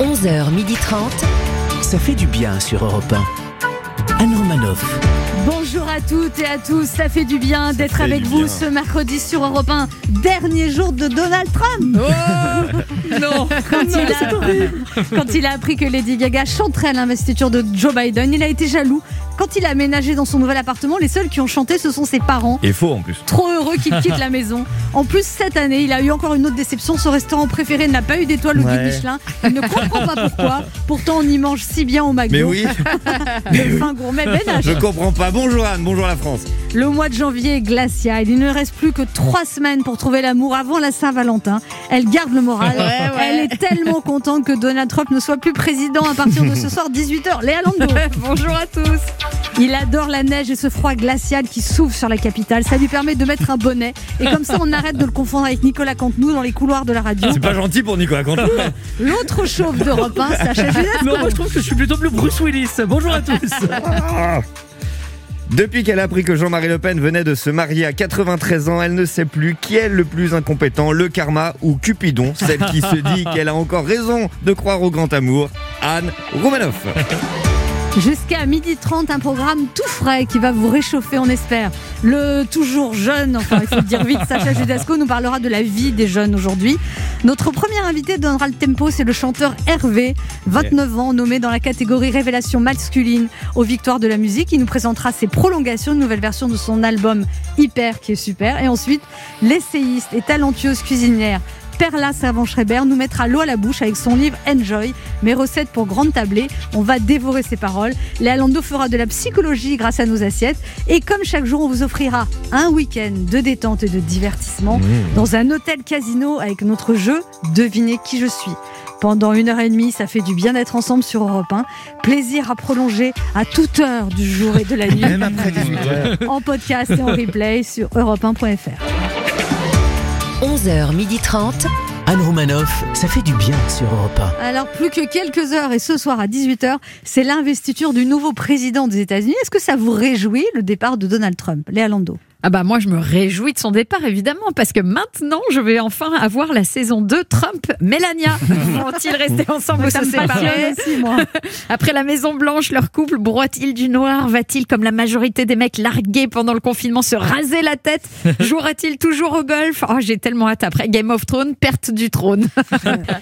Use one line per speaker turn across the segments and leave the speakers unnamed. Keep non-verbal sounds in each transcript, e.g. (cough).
11h30.
Ça fait du bien sur Europe 1. Anne Romanoff.
Bonjour à toutes et à tous, ça fait du bien d'être
fait
avec
du
vous
bien.
ce mercredi sur Europe 1, dernier jour de Donald Trump.
Oh,
Oh.
non, (laughs) quand, il a, quand il a appris que Lady Gaga chanterait l'investiture de Joe Biden, il a été jaloux. Quand il a aménagé dans son nouvel appartement, les seuls qui ont chanté, ce sont ses parents.
Et faux en plus.
Trop heureux qu'il quitte la maison. En plus, cette année, il a eu encore une autre déception. Son restaurant préféré n'a pas eu d'étoile au guide
Ouais.
Michelin. Il ne comprend pas pourquoi. Pourtant, on y mange si bien au McDo.
Mais oui,
(laughs) Le fin gourmet Ben H.
je comprends pas. Bonjour Anne, bonjour la France.
Le mois de janvier est glacial. Il ne reste plus que trois semaines pour trouver l'amour avant la Saint-Valentin. Elle garde le (laughs) moral. Elle est tellement contente que Donald Trump ne soit plus président à partir de ce soir 18h. Léa Lando. (laughs) Bonjour à tous. Il adore la neige et ce froid glacial qui s'ouvre sur la capitale. Ça lui permet de mettre un bonnet. Et comme ça, on arrête de le confondre avec Nicolas Cantenou dans les couloirs de la radio.
C'est pas gentil pour Nicolas Canteloup.
L'autre chauve d'Europe
(laughs)
1, Sacha Judasco.
Non, moi je trouve que je suis plutôt plus Bruce Willis. Bonjour à
(laughs)
tous.
Depuis qu'elle a appris que Jean-Marie Le Pen venait de se marier à 93 ans, elle ne sait plus qui est le plus incompétent, le karma ou Cupidon, celle qui se dit qu'elle a encore raison de croire au grand amour, Anne Romanoff.
Jusqu'à 12h30, un programme tout frais qui va vous réchauffer, on espère. Le toujours jeune, enfin il faut le dire vite, Sacha Judasco nous parlera de la vie des jeunes aujourd'hui. Notre premier invité donnera le tempo, c'est le chanteur Hervé, 29 ans, nommé dans la catégorie Révélation masculine aux Victoires de la musique. Il nous présentera ses prolongations, une nouvelle version de son album Hyper qui est super. Et ensuite, l'essayiste et talentueuse cuisinière. Perla Servan-Schreiber nous mettra l'eau à la bouche avec son livre Enjoy, mes recettes pour grande tablée. On va dévorer ses paroles. Léa Lando fera de la psychologie grâce à nos assiettes. Et comme chaque jour, on vous offrira un week-end de détente et de divertissement
Mmh.
dans un hôtel casino avec notre jeu Devinez qui je suis. Pendant une heure et demie, ça fait du bien d'être ensemble sur Europe 1. Plaisir à prolonger à toute heure du jour et de la nuit. En podcast et en replay sur europe1.fr.
11h30.
Anne Romanoff, ça fait du bien sur Europe 1.
Alors, plus que quelques heures, et ce soir à 18h, c'est l'investiture du nouveau président des États-Unis. Est-ce que ça vous réjouit le départ de Donald Trump Léa Lando.
Ah bah moi je me réjouis de son départ évidemment parce que maintenant je vais enfin avoir la saison 2 Trump
(laughs)
Melania. Vont-ils rester ensemble ou se séparer (laughs) Après la Maison Blanche, leur couple broie-t-il du noir Va-t-il comme la majorité des mecs largués pendant le confinement se raser la
(laughs)
tête Jouera-t-il toujours au golf Oh j'ai tellement hâte après Game of Thrones, perte du trône.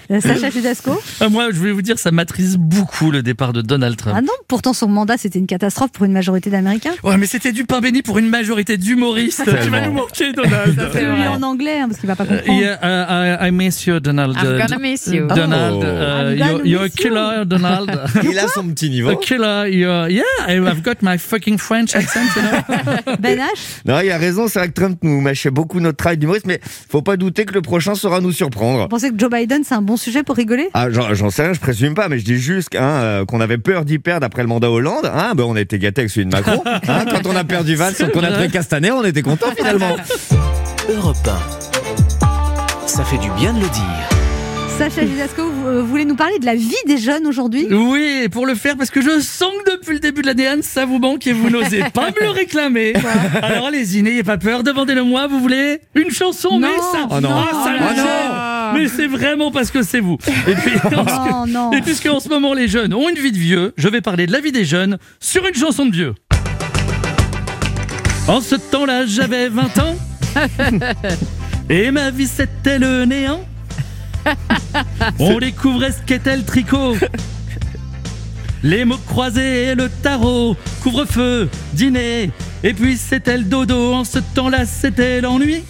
Euh, Sacha Judasco
Ah, Moi, je vais vous dire, ça m'attriste beaucoup le départ de Donald Trump.
Ah non, pourtant son mandat c'était une catastrophe pour une majorité d'Américains.
Ouais, mais c'était du pain béni pour une majorité d'humoristes. tu vas
Tellement.
nous manquer,
(laughs)
Donald.
C'est vrai.
Lui en anglais, hein, parce qu'il va pas
Euh,
comprendre.
yeah, I, I- I miss you, Donald.
I'm gonna miss you.
Donald,
Oh.
euh,
I'm gonna
you're, you're a
miss you.
killer, Donald.
(laughs)
Il a son petit
a
niveau.
killer, you're... Yeah, I've got my fucking French accent, you know.
Ben H,
Non, il a raison, c'est vrai que Trump nous mâchait beaucoup notre travail d'humoriste, mais faut pas douter que le prochain saura nous surprendre.
vous pensez que Joe Biden c'est un bon sujet pour rigoler
Ah, j'en j'en sais rien, je présume pas, mais je dis juste hein, euh, qu'on avait peur d'y perdre après le mandat Hollande. Hein, ben, on était gâtés avec celui
(laughs)
de Macron. Hein, quand on a perdu Valls, qu'on a pris Castaner, on était content finalement.
Europe 1. Ça fait du bien de le dire.
Sacha Judasco, vous euh, voulez nous parler de la vie des jeunes aujourd'hui
Oui, et pour le faire, parce que je sens que depuis le début de l'année, Anne, ça vous manque et vous n'osez pas
(laughs)
me le réclamer. Alors allez-y, n'ayez pas peur, demandez-le moi, vous voulez une chanson, mais ça,
Oh non.
ah, ça
Oh
me
non.
gêne. Mais c'est vraiment parce que c'est vous. Et puis, (laughs)
Oh non
et puisque en ce moment les jeunes ont une vie de vieux, je vais parler de la vie des jeunes sur une chanson de vieux. En ce temps-là, j'avais 20
(laughs)
ans. Et ma vie, c'était le
(laughs)
néant. On découvrait ce qu'était le tricot. Les mots croisés et le tarot. Couvre-feu, dîner. Et puis c'était le dodo. En ce temps-là, c'était l'ennui.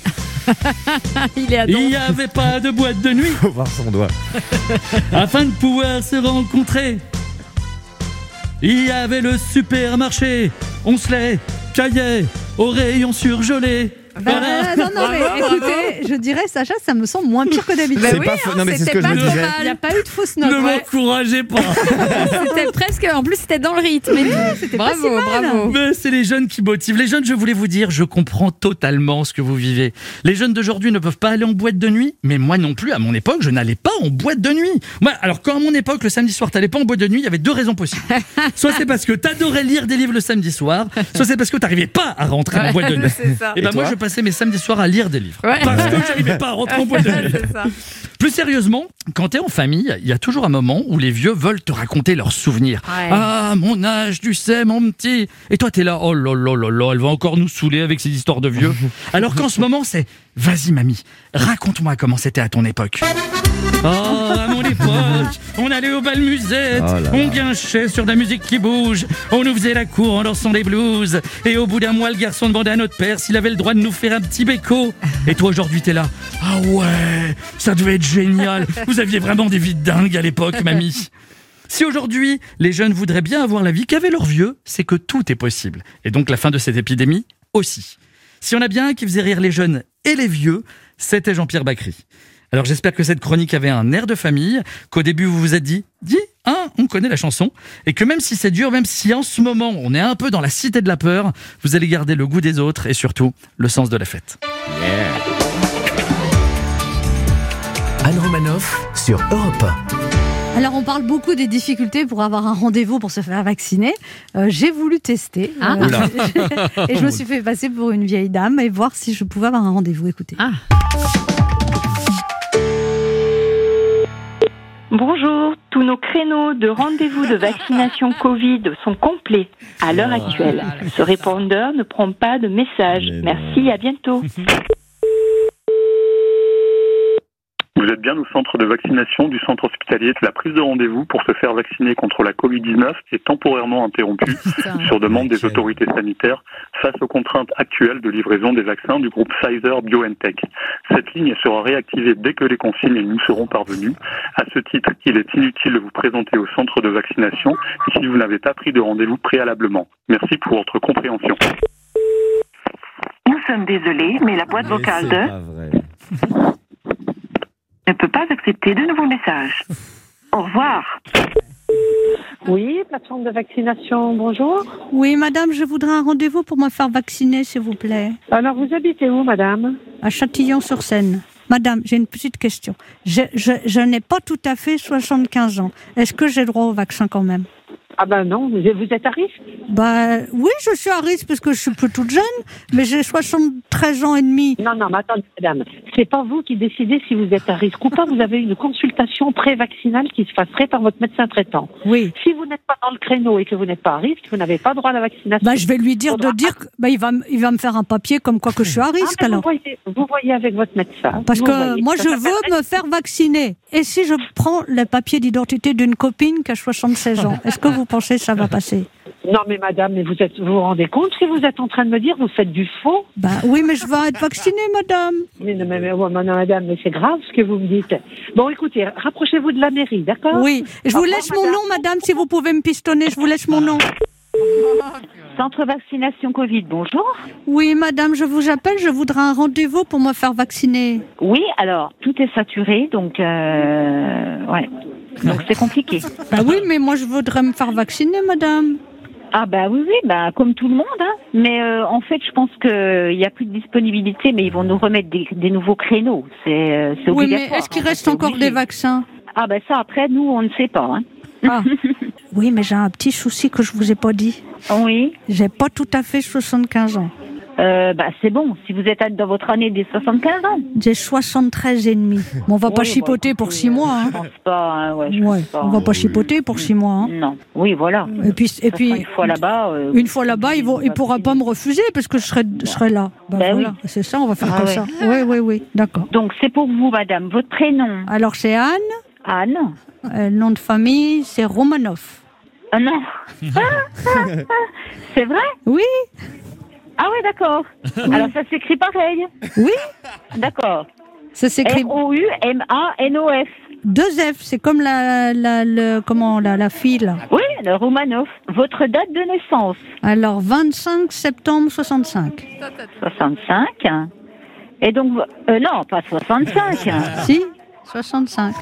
(laughs) Il est à
Il n'y avait pas de boîte de nuit
Faut (laughs) voir son doigt.
(laughs) afin de pouvoir se rencontrer. Il y avait le supermarché, on se les caillait au rayon surgelé.
(laughs)
Voilà.
Ben, non, non, mais écoutez, je dirais, Sacha, ça me semble moins pire que d'habitude.
C'est pas faux. Non, mais c'est ce
c'était
que je
pas
me
trop
disais.
Il n'y a
mal.
pas eu de fausse
(laughs)
note.
Ne
ouais.
m'encouragez pas.
(laughs) C'était presque en plus c'était dans le rythme. bravo, bravo.
Mais c'est les jeunes qui motivent. Les jeunes, je voulais vous dire, je comprends totalement ce que vous vivez. Les jeunes d'aujourd'hui ne peuvent pas aller en boîte de nuit, mais moi non plus, à mon époque, je n'allais pas en boîte de nuit. Moi, alors quand à mon époque, le samedi soir, t'allais pas en boîte de nuit, il y avait deux raisons
(laughs)
possibles. Soit c'est parce que t'adorais lire des livres le samedi soir, soit c'est parce que t'arrivais pas à rentrer en
(laughs)
boîte de nuit.
C'est ça.
Et, ben
Et
moi,
toi
je passais mes samedis soirs à lire des livres.
Ouais. (laughs)
(laughs)
Parce que j'arrivais pas à rentrer en boîte de nuit.
C'est ça.
Plus sérieusement, quand t'es en famille, il y a toujours un moment où les vieux veulent te raconter leurs souvenirs.
Ouais.
Ah, mon âge, tu sais, mon petit. Et toi, t'es là, oh là là là là, elle va encore nous saouler avec ses histoires de vieux. Alors qu'en ce moment, c'est, vas-y mamie, raconte-moi comment c'était à ton époque. Oh, à mon époque, on allait au bal musette,
Oh là
on
là.
guinchait sur de la musique qui bouge, on nous faisait la cour en dansant des blues, et au bout d'un mois, le garçon demandait à notre père s'il avait le droit de nous faire un petit béco. Et toi, aujourd'hui, t'es là. Ah ouais, ça devait être génial, vous aviez vraiment des vies de dingue à l'époque, mamie. Si aujourd'hui, les jeunes voudraient bien avoir la vie qu'avaient leurs vieux, c'est que tout est possible. Et donc la fin de cette épidémie aussi. Si on a bien un qui faisait rire les jeunes et les vieux, c'était Jean-Pierre Bacry. Alors j'espère que cette chronique avait un air de famille, qu'au début vous vous êtes dit, dis, hein, on connaît la chanson, et que même si c'est dur, même si en ce moment on est un peu dans la cité de la peur, vous allez garder le goût des autres et surtout le sens de la fête.
Anne Romanoff sur Europe 1.
Alors, on parle beaucoup des difficultés pour avoir un rendez-vous pour se faire vacciner. Euh, J'ai voulu tester.
Ah.
Voilà. (laughs) et je me suis fait passer pour une vieille dame et voir si je pouvais avoir un rendez-vous. Écoutez.
Ah.
Bonjour, tous nos créneaux de rendez-vous de vaccination Covid sont complets à
Ah,
l'heure actuelle. Ce répondeur ne prend pas de message.
Mais non.
Merci, à bientôt.
Vous êtes bien au centre de vaccination du centre hospitalier. La prise de rendez-vous pour se faire vacciner contre la Covid-19 est temporairement interrompue sur demande des autorités sanitaires face aux contraintes actuelles de livraison des vaccins du groupe Pfizer BioNTech. Cette ligne sera réactivée dès que les consignes nous seront parvenues. À ce titre, il est inutile de vous présenter au centre de vaccination si vous n'avez pas pris de rendez-vous préalablement. Merci pour votre compréhension.
Nous sommes désolés, mais la boîte vocale de ne peut pas accepter de nouveaux messages. Au revoir.
Oui, plateforme de vaccination, bonjour.
Oui, madame, je voudrais un rendez-vous pour me faire vacciner, s'il vous plaît.
Alors, vous habitez où, madame
à Châtillon-sur-Seine. Madame, j'ai une petite question. Je, je, je n'ai pas tout à fait 75 ans. Est-ce que j'ai droit au vaccin quand même
Ah ben non, vous êtes- vous êtes à risque.
Bah oui, je suis à risque parce que je suis plus toute jeune, mais j'ai 73 ans et demi.
Non, non, mais attendez, madame. C'est pas vous qui décidez si vous êtes à risque ou pas. Vous avez une consultation pré-vaccinale qui se passerait par votre médecin traitant.
Oui.
Si vous n'êtes pas dans le créneau et que vous n'êtes pas à risque, vous n'avez pas droit à la vaccination.
Bah je vais lui dire de dire que- bah, il va me- il va me faire un papier comme quoi que je suis à
Ah, mais
risque
vous,
alors.
voyez, vous voyez avec votre
Ah,
médecin.
Parce
Vous
que
voyez.
moi
Ça
je
s'appelle
veux me faire vacciner. Et si je prends le papier d'identité d'une copine qui a 76 ans, est-ce que vous pensez que ça va passer
Non, mais madame, mais vous êtes, vous, vous rendez compte que vous êtes en train de me dire, vous faites du faux.
Bah oui, mais je vais être vaccinée, madame.
Mais non, mais, mais- ouais, mais non, madame, mais c'est grave ce que vous me dites. Bon, écoutez, rapprochez-vous de la mairie, d'accord
Oui, je vous
Au revoir,
laisse mon
madame.
nom, madame, si vous pouvez me pistonner, je vous laisse mon nom.
Centre vaccination Covid, bonjour.
Oui, madame, je vous appelle, je voudrais un rendez-vous pour me faire vacciner.
Oui, alors, tout est saturé, donc, euh, ouais. Donc, c'est compliqué.
Bah oui, mais moi je voudrais me faire vacciner, madame.
Ah, bah oui, oui, bah, comme tout le monde, hein. Mais, euh, en fait, je pense qu'il n'y a plus de disponibilité, mais ils vont nous remettre des, des nouveaux créneaux. C'est, euh, c'est
Oui, mais
obligatoire.
est-ce qu'il
en fait,
reste
c'est
encore
obligé.
des vaccins
Ah, bah, ça, après, nous, on ne sait pas, hein.
Ah. Oui, mais j'ai un petit souci que je vous ai pas dit.
Oui.
J'ai pas tout à fait 75 ans.
Euh, bah, c'est bon. Si vous êtes dans votre année des 75 ans.
J'ai 73
(laughs)
et demi. Bon, on va pas
Oui,
chipoter
bah,
pour
écoutez,
6 mois.
euh,
Hein.
Je pense pas, hein, ouais, je
Ouais,
pense pas.
on va pas chipoter pour 6 mois. hein.
Non. Oui, voilà.
Et puis, et
Ça
puis
sera une fois là-bas. euh,
Une fois là-bas, il ne pourra pas me refuser parce que je serai, je serai là. Bah,
Bah
voilà, c'est ça, on va faire
Ah
comme
ouais.
ça. Oui, oui, oui, d'accord.
Donc c'est pour vous, madame. Votre prénom
Alors c'est Anne,
Anne
euh, nom de famille c'est Romanov.
Ah
(laughs)
non. c'est vrai
Oui.
Ah oui, d'accord. Alors ça s'écrit pareil.
Oui.
D'accord.
Ça s'écrit
R-O-U-M-A-N-O-F.
deux F, c'est comme la, la, le, comment, la, la fille là.
Oui, le Romanov. Votre date de naissance
Alors 25 septembre 65.
65. Et donc, euh, non, pas 65.
(laughs) Si 65.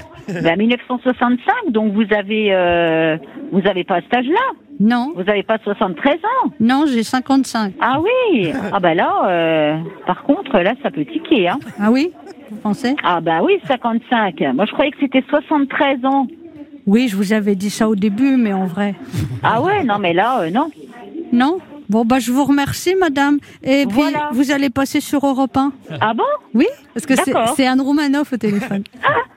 Ben, 1965, donc vous avez, euh, vous avez pas cet âge-là.
Non,
Vous avez pas 73 ans.
non, j'ai 55.
Ah oui. Ah ben là, euh, par contre, là, ça peut tiquer. Hein.
Ah oui Vous pensez
Ah ben oui, 55. Moi, je croyais que c'était 73 ans.
Oui, je vous avais dit ça au début, mais en vrai.
Ah ouais, non, mais là, euh, non.
Non Bon, bah je vous remercie, madame. Et puis,
Voilà.
vous allez passer sur Europe 1.
Ah bon
Oui, parce que c'est-
D'accord.
c'est Anne Roumanoff au téléphone.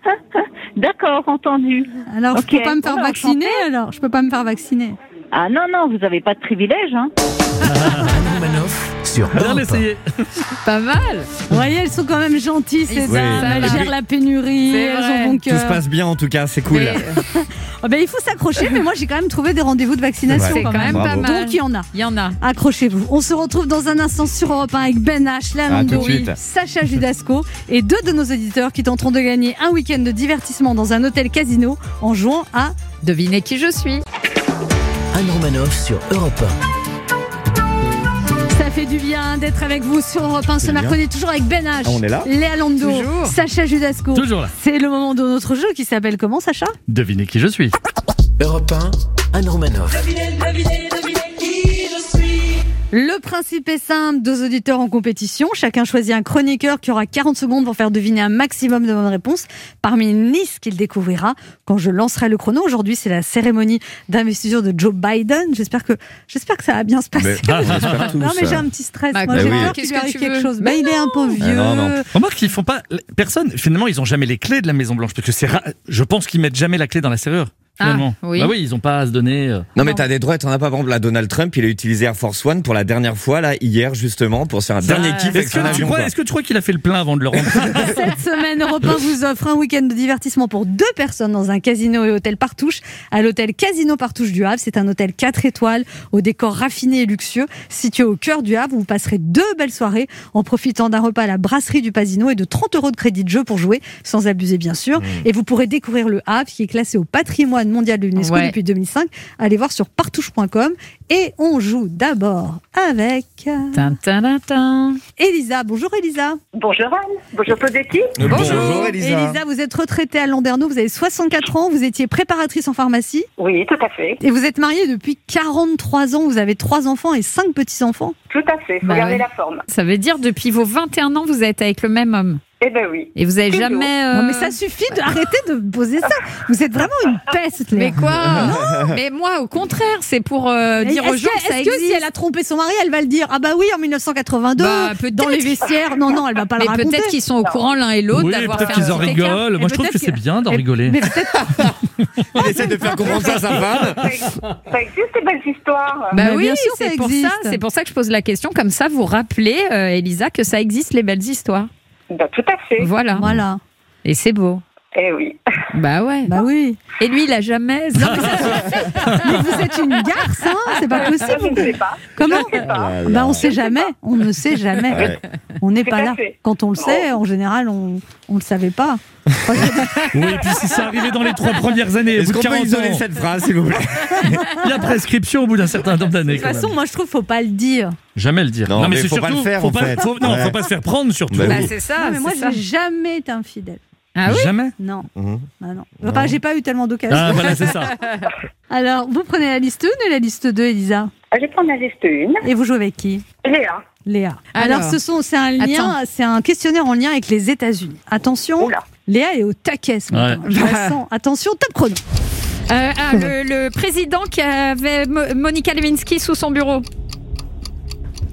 (laughs) D'accord, entendu.
Alors,
Ok.
je peux pas me faire
Oula,
vacciner, alors. Je peux pas me faire vacciner.
Ah non, non, vous n'avez pas de privilège.
(laughs)
Hein.
Anne Romanoff sur
Bien
Europe 1.
essayé.
Pas mal.
Vous voyez, elles sont quand même gentilles, ces
Oui,
dames.
non,
Elles
mais-
gèrent la pénurie,
C'est
elles
vrai.
ont bon
euh,
Tout se
cœur.
passe bien en tout cas, c'est cool.
Mais, euh,
Ah ben, il faut s'accrocher, mais moi, j'ai quand même trouvé des rendez-vous de vaccination.
C'est quand même pas
Bravo.
mal.
Donc, il y en a.
Il y en a.
Accrochez-vous. On se retrouve dans un instant sur Europe 1 avec Ben H,
Ah,
Léa
tout de
Landori,
suite.
Sacha Judasco et deux de nos auditeurs qui tenteront de gagner un week-end de divertissement dans un hôtel casino en jouant à
Devinez qui je suis.
Anne Romanoff sur Europe
Ça fait du bien d'être avec vous sur Europe 1 ce
C'est bien.
mercredi, toujours avec Ben H,
Ah, on est là
Léa Lando,
Toujours.
Sacha Judasco.
Toujours là.
C'est le moment de notre jeu qui s'appelle comment, Sacha
1.
Devinez qui je suis.
1. Europe 1, Anne Romanoff.
Le principe est simple, deux auditeurs en compétition, chacun choisit un chroniqueur qui aura 40 secondes pour faire deviner un maximum de bonnes réponses parmi une liste qu'il découvrira quand je lancerai le chrono. Aujourd'hui, c'est la cérémonie d'investiture de Joe Biden. J'espère que j'espère que ça va bien se passer.
Mais- on espère tous,
(laughs) non mais j'ai
euh,
un petit stress.
Bah,
Moi, j'ai
oui.
peur qu'il
Qu'est-ce
lui
que
arrive
tu
quelque
veux
chose. Mais il est un peu vieux.
Eh
Ah
non, non.
Remarque qu'ils Oh, font pas. Personne, finalement, ils ont jamais les clés de la Maison Blanche. Parce que c'est ra- Je pense qu'ils mettent jamais la clé dans la serrure.
Ah,
Finalement.
oui.
Bah oui, ils ont pas à se donner. euh,
Non mais t'as des droits, t'en as pas. Par exemple, là, Donald Trump, il a utilisé Air Force One pour la dernière fois, là, hier justement, pour se faire un dernier
ouais.
kiff avec
Est-ce
son
que, tu
avion.
crois,
quoi.
est-ce que tu crois qu'il a fait le plein avant de le rendre
(laughs) Cette semaine, Europe 1 vous offre un week-end de divertissement pour deux personnes dans un casino et hôtel Partouche. À l'hôtel Casino Partouche du Havre, c'est un hôtel 4 étoiles au décor raffiné et luxueux. Situé au cœur du Havre, vous passerez deux belles soirées en profitant d'un repas à la brasserie du Pasino et de 30 euros de crédit de jeu pour jouer, sans abuser bien sûr. Et vous pourrez découvrir le Havre qui est classé au patrimoine mondial de l'UNESCO
Ouais.
depuis 2005. Allez voir sur partouche.com et on joue d'abord avec
Tin, tin, tin, tin.
Elisa. Bonjour Elisa.
Bonjour Anne, bonjour Podetti.
Euh, Bonjour Elisa.
vous êtes retraitée à Landerneau, vous avez 64 ans, vous étiez préparatrice en pharmacie
Oui, tout à fait,
et vous êtes mariée depuis 43 ans, vous avez trois enfants et cinq petits-enfants.
tout à fait. Faut
Bah
garder
ouais.
la forme.
Ça veut dire depuis vos 21 ans, vous êtes avec le même homme.
Eh ben oui.
Et vous avez
Toujours.
jamais. euh,
Non mais ça suffit d'arrêter de poser ça. Vous êtes vraiment une peste.
Mais
Léa.
quoi Mais moi, au contraire, c'est pour euh,
Mais
dire aux
Est-ce
gens
que,
que ça
est-ce que
existe.
si elle a trompé son mari, elle va le dire Ah bah oui, en 1982,
Bah, peut-être.
dans les vestiaires. Non, non, elle va pas le
mais
raconter.
peut-être qu'ils sont au courant l'un et l'autre
Oui,
d'avoir
peut-être
fait un
qu'ils en
petit écart.
rigolent. Moi,
Et
je trouve que
peut-être
c'est
que-
bien d'en
et-
rigoler.
Mais peut-être
Il essaie de faire comprendre ça à sa femme.
(laughs)
Ça ex- ça existe des belles histoires.
Bah
Mais
oui,
bien sûr, ça
c'est pour ça.
existe.
C'est pour ça que je pose la question. Comme ça, vous rappelez, euh, Elisa, que ça existe les belles histoires.
Bah, tout à fait.
Voilà.
Voilà.
Et c'est beau.
Eh
(laughs)
oui.
Bah ouais.
Bah oui.
Et lui, il a
(laughs)
jamais.
Mais vous êtes une garce, hein C'est pas
Ça, je ne
possible.
sais Ah, pas.
(laughs) Comment
Je ne sais
Ah,
pas.
Bah, on sait jamais, on ne sait jamais.
Ouais.
On n'est
Tout
pas
à
là.
fait.
Quand on le sait, en général, on ne le savait pas. Moi, je-
Oui, et puis si ça arrivait dans les
(laughs)
trois premières années, au bout
Est-ce
de
qu'on peut
40
isoler
ans,
cette phrase, s'il vous plaît
(laughs) il y a prescription au bout d'un certain nombre d'années.
De toute
quand
façon,
même.
moi, je trouve faut pas le dire.
Jamais le dire.
Non, mais
c'est
faut pas le faire,
faut
en
pas-
fait.
faut- non,
Ouais.
faut pas se faire prendre surtout.
Bah
c'est ça.
Non, mais moi,
c'est
je
ça.
n'ai jamais été infidèle.
Ah oui
Jamais.
Non,
Mhm.
bah non. Enfin, j'ai pas eu tellement d'occasions.
Oh. Ah, voilà, c'est
(laughs)
ça.
Alors, vous prenez la liste 1 et la liste 2, Elisa.
Je vais prendre la liste une.
Et vous jouez avec qui
Léa.
Léa. Alors,
Alors.
ce sont, c'est un lien, c'est un questionnaire en lien avec les États-Unis. Attention,
Oula.
Léa est au taquet ce matin.
Ouais.
Je la sens. Attention, top chrono.
Euh, ah, le, le président qui avait Mo- Monica Lewinsky sous son bureau.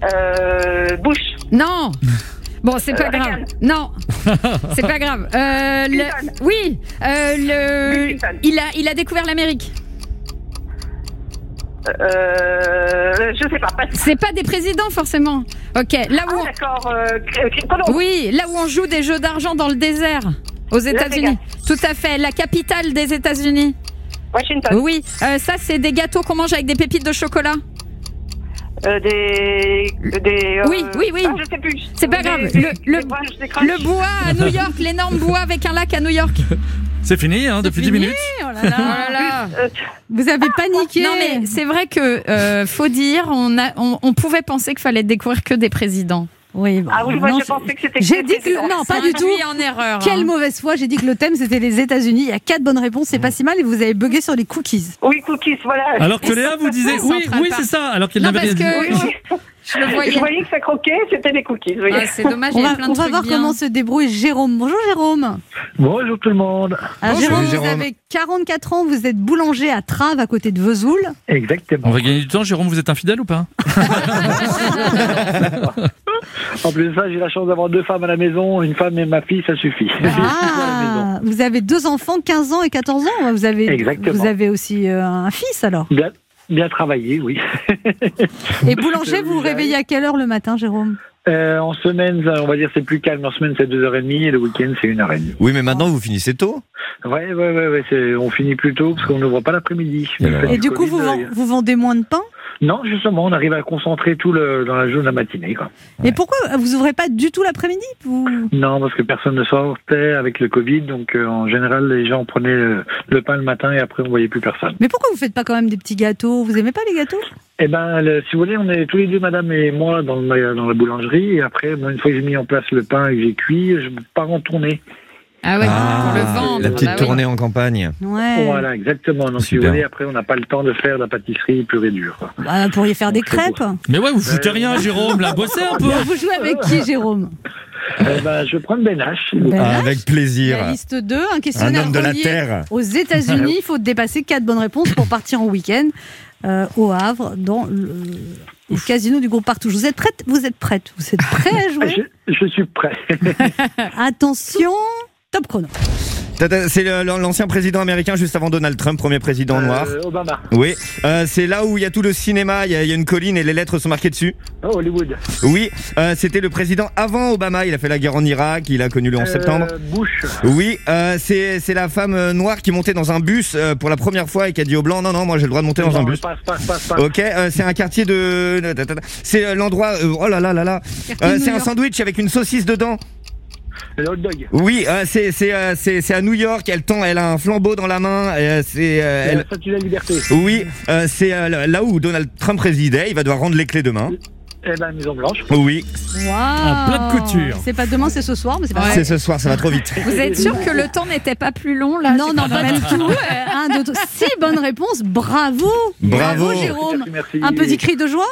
Euh, Bush.
Non. Bon, c'est pas
Euh,
grave. Non, c'est pas grave. Euh, le... Oui, euh, le...
Clinton.
Il, a, il a découvert l'Amérique.
Euh, je ne sais pas. Pas-
C'est pas des présidents forcément. Ok, là où
Ah, d'accord. Euh, Cl-
on...
Colombo.
oui, là où on joue des jeux d'argent dans le désert aux États-Unis. Tout à fait, la capitale des États-Unis.
Washington.
Oui, euh, ça c'est des gâteaux qu'on mange avec des pépites de chocolat.
Euh, des. des
Oui, oui, oui.
Ah, je sais plus.
C'est pas
Des-
grave.
des-
Le- le-
des branches, des croches.
Le bois à New York, l'énorme bois avec un lac à New York.
C'est fini, hein, depuis 10
fini.
minutes.
Oh là là.
Voilà.
Euh,
Vous avez paniqué.
Non mais c'est vrai que euh, faut dire, on, a, on, on pouvait penser qu'il fallait découvrir que des présidents.
Oui, bon,
Ah oui, moi
non,
je pensais que c'était.
J'ai dit que non, pas du tout.
Induit en erreur.
Quelle
hein.
mauvaise foi, j'ai dit que le thème c'était les États-Unis. Il y a quatre bonnes réponses, c'est pas si mal et vous avez bugué sur les cookies.
Oui, cookies, voilà.
Mmh. Alors que Léa vous disait, oui,
Central
oui,
Park.
c'est ça. Alors qu'elle
Non
n'avait
parce
rien dit.
que
Oui, oui.
je le
Je
voyais.
voyais que ça croquait, c'était des cookies. Oui.
Ah, c'est dommage, il
On
y a
va,
plein de
on va
trucs
voir
bien.
comment se débrouille Jérôme. Bonjour Jérôme.
Bonjour tout le monde.
Bonjour,
Alors, Ah, Jérôme,
Jérôme.
vous avez 44 ans, vous êtes boulanger à Traves à côté de Vesoul.
On
Exactement.
va gagner du temps, Jérôme, vous êtes infidèle ou pas
En plus de ça, j'ai la chance d'avoir deux femmes à la maison, une femme et ma fille, ça suffit.
Ah, vous avez deux enfants, 15 ans et 14 ans. Vous avez,
Exactement.
vous avez aussi euh, un fils alors.
Bien, bien travaillé, oui. (laughs)
(laughs)
Et boulanger, vous vous
J'arrive.
réveillez à quelle heure le matin, Jérôme
Euh, en semaine, ça, on va dire c'est plus calme. En semaine, c'est 2h30 et le week-end, c'est 1h30.
Oui, mais maintenant, vous finissez tôt.
Ouais, ouais, ouais, ouais c'est- on finit plus tôt parce qu'on n'ouvre pas l'après-midi.
Et alors
Le fait
Et du coup,
Covid,
vous,
euh,
ven- vous vendez moins de pain
Non, justement, on arrive à concentrer tout le, dans la journée de la matinée. Quoi.
Et pourquoi vous ouvrez pas du tout l'après-midi vous...
Non, parce que personne ne sortait avec le Covid, donc euh, en général, les gens prenaient euh, le pain le matin et après, on voyait plus personne.
Mais pourquoi vous faites pas quand même des petits gâteaux Vous aimez pas les gâteaux
Eh ben, le- si vous voulez, on est tous les deux, madame et moi, dans, le, ma- dans la boulangerie. Et après, bon, une fois que j'ai mis en place le pain et que j'ai cuit, je pars en tournée.
Ah ouais, pour le vendre.
la petite
bah oui.
tournée en campagne.
Ouais.
Voilà, exactement. Donc, si vous
Super.
voulez, après, on n'a pas le temps de faire de la pâtisserie pure et dure. quoi.
Bah, vous pourriez faire des
C'est beau.
crêpes.
Mais ouais, vous foutez rien, Jérôme, là, bossez un peu.
Vous jouez avec qui, Jérôme
Eh ben, je prends le Ben H.
Ben,
Ah, avec
La
plaisir.
liste 2, un
Un
questionnaire
homme de la
relié
terre.
Aux États-Unis, il faut dépasser 4 bonnes réponses pour partir en week-end euh, au Havre, dans le, le casino du groupe Partouche. Vous êtes prête Vous êtes prête Vous êtes prêts à jouer
Je, je suis prêt.
Attention, top chrono.
Tata, C'est le- l'ancien président américain juste avant Donald Trump, premier président noir.
Euh, Obama.
Oui, Euh, c'est là où il y a tout le cinéma, il y, a- il y a une colline et les lettres sont marquées dessus.
Oh, Hollywood.
Oui, euh, c'était le président avant Obama, il a fait la guerre en Irak, il a connu le 11 septembre.
Euh, Bush.
Oui, euh, c'est c'est la femme euh, noire qui montait dans un bus euh, pour la première fois et qui a dit aux blancs non non moi j'ai le droit de monter dans un
Non,
bus.
Passe, passe, passe, passe.
Ok, euh, c'est un quartier de c'est euh, l'endroit euh, oh là là là là Euh,
New
c'est un
York.
sandwich avec une saucisse dedans.
Le hot dog.
Oui, euh, c'est c'est euh, c'est c'est à New York, elle tend elle a un flambeau dans la main, euh, c'est euh,
Elle...
elle
La statue de la liberté.
oui, euh, c'est euh, là où Donald Trump résidait. Il va devoir rendre les clés demain.
Eh ben, Maison Blanche.
Oui,
Wow.
plat de couture.
C'est pas demain, c'est ce soir, mais c'est pas
Ouais.
c'est ce soir, ça va
(laughs)
trop vite.
Vous êtes sûr que le temps n'était pas plus long là
Non,
C'est
non,
pas
pas
mal.
du tout. Euh, Un, deux, trois. Six bonnes réponses. Bravo.
Bravo.
Jérôme.
Merci, merci.
Un petit cri de joie.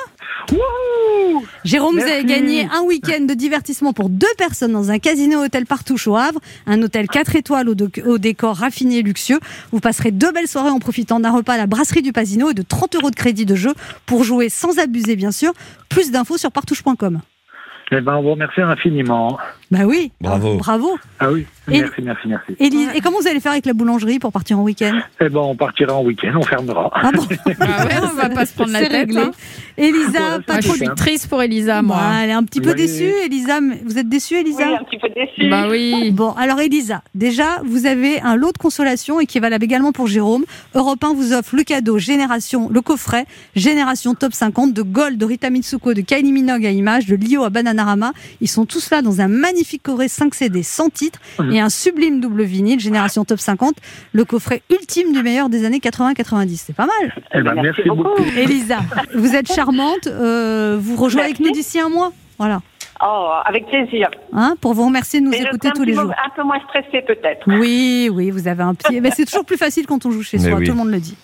Wouhou
Jérôme, vous avez
Merci.
gagné un week-end de divertissement pour deux personnes dans un casino hôtel Partouche au Havre, un hôtel 4 étoiles au, doc- au décor raffiné et luxueux. Vous passerez deux belles soirées en profitant d'un repas à la brasserie du Pasino et de 30 euros de crédit de jeu pour jouer sans abuser, bien sûr. Plus d'infos sur partouche.com.
Eh ben, on vous remercie infiniment.
Bah oui.
Bravo.
Alors, Bravo.
Ah oui,
Et-
merci, merci, merci.
Élise, et comment vous allez faire avec la boulangerie pour partir en week-end
Eh ben, on partira en week-end, on fermera.
Ah bon
Ah ouais, on va pas se prendre la
C'est
tête.
réglé.
hein.
Elisa,
Moi,
pas
je
c'est
trop
suis
simple.
triste pour Elisa, moi.
Bah, elle est un petit peu
Oui.
déçue, Elisa. mais- Vous êtes déçue,
Oui,
Elisa
un petit peu déçu.
Bah oui.
Bon, alors Elisa, déjà, vous avez un lot de consolation et qui est valable également pour Jérôme. Europe 1 vous offre le cadeau Génération, le coffret Génération Top 50 de Gold, de Rita Mitsuko, de Kylie Minogue à Image, de Lio à Bananarama. Ils sont tous là dans un magnifique coffret 5 CD sans titre et un sublime double vinyle Génération Top 50, le coffret ultime du meilleur des années 80-90. C'est pas mal.
Eh ben, merci, beaucoup.
Elisa, vous êtes charmante. euh, vous rejoignez avec nous
Merci.
d'ici un mois. Voilà.
Oh, avec plaisir.
Hein, pour vous remercier de nous
Et je
écouter
serai un
tous
petit
les
peu-
jours.
Un peu moins stressée peut-être.
Oui, oui, vous avez un petit. Mais c'est toujours plus facile quand on joue chez
Mais
soi,
oui.
tout le monde le dit.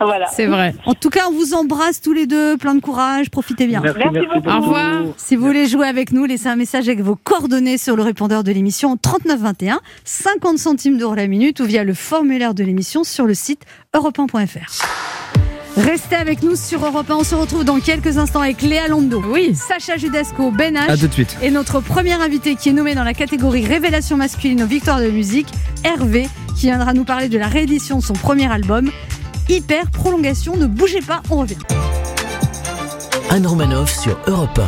Voilà.
C'est vrai.
En tout cas, on vous embrasse tous les deux, plein de courage, profitez bien.
Merci,
Merci
merci
beaucoup.
pour
Au
tout.
revoir.
Si vous voulez jouer avec nous, laissez un message avec vos coordonnées sur le répondeur de l'émission au 3921, 50 centimes d'euros la minute ou via le formulaire de l'émission sur le site europe Restez avec nous sur Europe 1. On se retrouve dans quelques instants avec Léa Londo,
Oui.
Sacha Judasco, Ben H.
À tout de suite.
Et notre premier invité qui est nommé dans la catégorie Révélation masculine aux victoires de musique, Hervé, qui viendra nous parler de la réédition de son premier album, Hyper Prolongation. Ne bougez pas, on revient.
Anne Romanoff sur Europe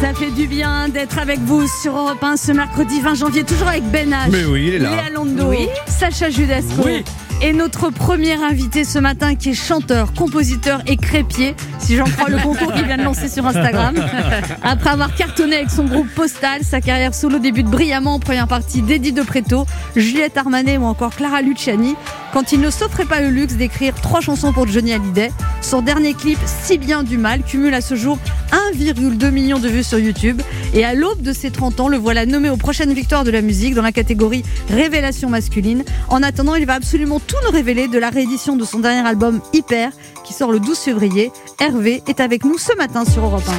Ça fait du bien d'être avec vous sur Europe 1 ce mercredi 20 janvier, toujours avec Ben H.
Mais oui, il est là.
Léa Londo, Sacha Judasco
Oui.
et notre premier invité ce matin qui est chanteur, compositeur et crépier, si j'en crois le concours qu'il vient de lancer
(laughs)
sur Instagram. Après avoir cartonné avec son groupe Postal, sa carrière solo débute brillamment en première partie d'Eddie De Preto, Juliette Armanet ou encore Clara Luciani, quand il ne s'offrait pas le luxe d'écrire trois chansons pour Johnny Hallyday. Son dernier clip, Si bien du mal, cumule à ce jour 1,2 million de vues sur YouTube. Et à l'aube de ses 30 ans, le voilà nommé aux prochaines victoires de la musique dans la catégorie Révélation masculine. En attendant, il va absolument tout nous révéler de la réédition de son dernier album Hyper, qui sort le 12 février. Hervé est avec nous ce matin sur Europe 1.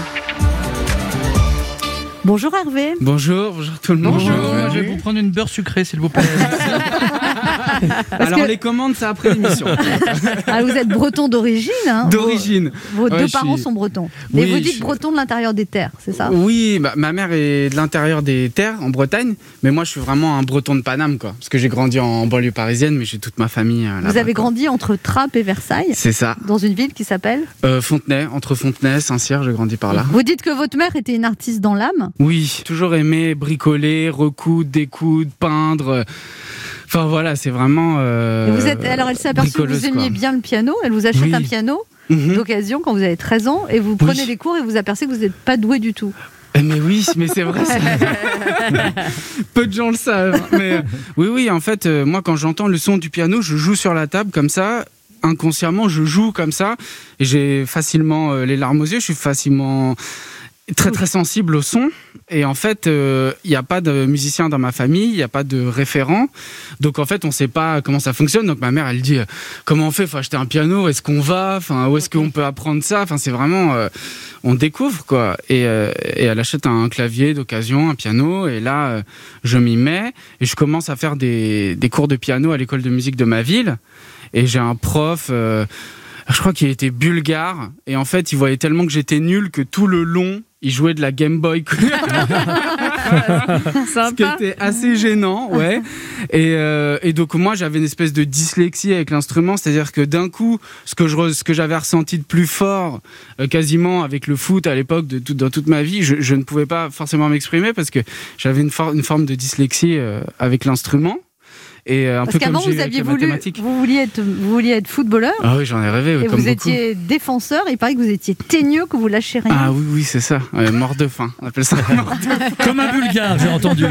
Bonjour Hervé.
(laughs) Bonjour, bonjour tout le monde.
Bonjour, je vais vous prendre une beurre sucrée, s'il vous plaît.
Alors les commandes, c'est après
(laughs)
l'émission.
Ah, vous êtes breton d'origine. hein.
D'origine.
Vos, vos
Ouais,
deux
je
parents
suis-
sont bretons. Mais
Oui,
vous
je
dites
suis-
breton de l'intérieur des terres, c'est ça
Oui, bah, ma mère est de l'intérieur des terres, en Bretagne, mais moi je suis vraiment un breton de Paname, quoi. Parce que j'ai grandi en banlieue parisienne, mais j'ai toute ma famille euh, là-bas.
Vous avez
quoi.
grandi entre Trappes et Versailles,
C'est ça.
dans une ville qui s'appelle
Euh, Fontenay, entre Fontenay, Saint-Cyr, j'ai grandi par là.
Vous dites que votre mère était une artiste dans l'âme
Oui, toujours aimé bricoler, recoudre, découdre, peindre. euh, Enfin voilà, c'est vraiment.
Et
euh,
vous êtes, alors elle s'est aperçue que
bricoleuse,
vous aimiez
quoi.
bien le piano, elle vous achète
Oui.
un piano
Mhm.
d'occasion quand vous avez 13 ans et vous prenez
Oui.
des cours et vous apercevez que vous n'êtes pas doué du tout.
Eh, Mais oui, mais c'est vrai. ça. Peu de gens le savent. Mais euh, oui, oui, en fait, euh, moi, quand j'entends le son du piano, je joue sur la table comme ça. Inconsciemment, je joue comme ça. Et j'ai facilement euh, les larmes aux yeux. Je suis facilement très très sensible au son et en fait euh, il n'y a pas de musicien dans ma famille il n'y a pas de référent donc en fait on sait pas comment ça fonctionne donc ma mère elle dit euh, comment on fait faut acheter un piano est-ce qu'on va enfin où est-ce qu'on peut apprendre ça enfin c'est vraiment euh, on découvre quoi et, euh, et elle achète un clavier d'occasion un piano et là euh, je m'y mets et je commence à faire des, des cours de piano à l'école de musique de ma ville et j'ai un prof euh, je crois qu'il était bulgare et en fait il voyait tellement que j'étais nul que tout le long il jouait de la Game Boy
(laughs)
ce qui
Sympa.
était assez gênant, ouais. Et, euh, et donc moi j'avais une espèce de dyslexie avec l'instrument, c'est-à-dire que d'un coup ce que je re- ce que j'avais ressenti de plus fort, euh, quasiment avec le foot à l'époque de tout- dans toute ma vie, je, je ne pouvais pas forcément m'exprimer parce que j'avais une, for- une forme de dyslexie euh, avec l'instrument et euh, un
Parce
peu comme
qu'avant
j'ai eu
vous
avec
aviez
les
voulu, (laughs)
mathématiques.
vous vouliez être, vous vouliez être footballeur
Ah oui j'en ai rêvé, oui,
et
comme
vous
beaucoup.
étiez défenseur et il paraît que vous étiez teigneux, que vous lâchez rien.
Ah oui oui c'est ça, Ouais, mort de faim, on
(laughs)
appelle ça. mort de-
Comme un bulgare, j'ai entendu.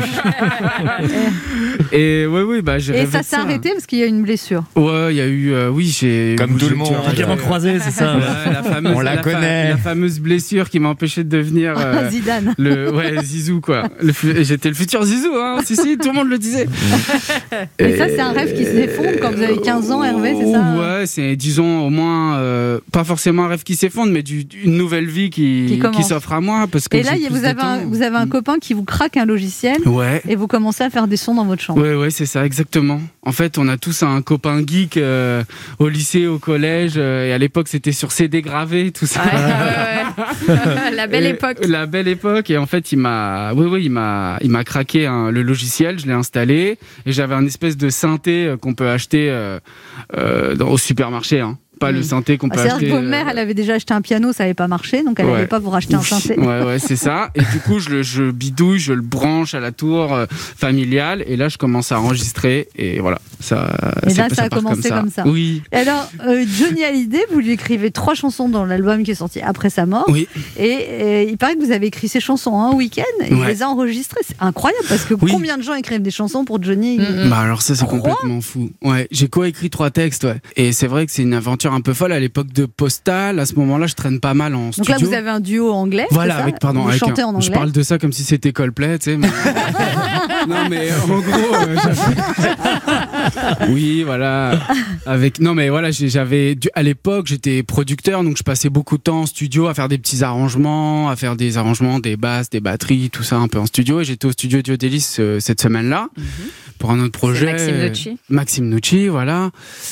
et oui oui bah j'ai
et
rêvé
ça
de
s'est arrêté parce qu'il y a une blessure.
Ouais, il y a eu, euh, oui, j'ai.
Comme tout le monde.
j'ai-
Ligament croisé, c'est ça. ouais.
(laughs) Ouais, la fameuse,
On la connaît.
la fameuse blessure qui m'a empêché de
(laughs)
devenir euh,
Zidane.
le ouais, Zizou quoi. Le fu- J'étais le futur Zizou hein. Si si, tout le monde le (laughs) disait.
Et ça, c'est un rêve qui s'effondre quand vous avez 15 ans, Hervé, c'est ça hein
Ouais, c'est disons au moins euh, pas forcément un rêve qui s'effondre, mais du- une nouvelle vie
Qui
qui
commence.
s'offre à moi parce que.
Et là,
j'ai
il y a-
plus
vous
de
avez, un,
temps. Mm.
vous avez un copain qui vous craque un logiciel
Ouais.
et vous commencez à faire des sons dans votre chambre.
Ouais, ouais, c'est ça, exactement. En fait, on a tous un copain geek euh, au lycée, au collège, euh, et à l'époque, c'était sur CD gravé, tout ça.
Ouais,
(laughs)
ouais, ouais. (laughs) La belle
Et-
époque.
La belle époque. Et en fait, il m'a, oui, oui, il m'a, il m'a craqué hein, le logiciel. Je l'ai installé et j'avais un espèce de synthé euh, qu'on peut acheter euh, euh, dans- au supermarché. Hein. Pas
Mm.
le synthé qu'on
Ah,
peut
C'est-à-dire
acheter.
que votre
euh,
mère, elle avait déjà acheté un piano, ça n'avait pas marché, donc elle n'allait
Ouais.
pas vous racheter un synthé.
Ouais, ouais, c'est ça. Et du coup, je, le- je bidouille, je le branche à la tour euh, familiale. Et là, je commence à enregistrer. Et voilà.
Et
Ça, Euh, c'est-
là, ça a
part
commencé comme ça.
Oui.
Alors, euh, Johnny Hallyday, vous lui écrivez trois chansons dans l'album qui est sorti après sa mort.
Oui.
Et, euh, il paraît que vous avez écrit ces chansons en un week-end et il
Ouais.
les a enregistrées. C'est incroyable parce que
Oui.
combien de gens écrivent des chansons pour Johnny
Mm, mm.
Bah alors ça c'est
Trois
complètement fou. Ouais, j'ai co-écrit trois textes, ouais. Et c'est vrai que c'est une aventure un peu folle à l'époque de Postal. À ce moment-là, je traîne pas mal en
Donc
studio.
là, vous avez un duo anglais.
voilà,
c'est ça
avec pardon,
vous
avec
chantez
un-
en anglais.
je parle de ça comme si c'était Coldplay, tu
(laughs)
sais. mais- non mais en gros, euh, j'avais- oui, voilà. Avec non mais voilà, j'ai- j'avais du- à l'époque j'étais producteur, donc je passais beaucoup de temps en studio à faire des petits arrangements, à faire des arrangements, des basses, des batteries, tout ça un peu en studio. Et j'étais au studio Diodelis euh, cette semaine-là
Mhm.
pour un autre projet.
Maxime Nucci.
Maxime Nucci, voilà.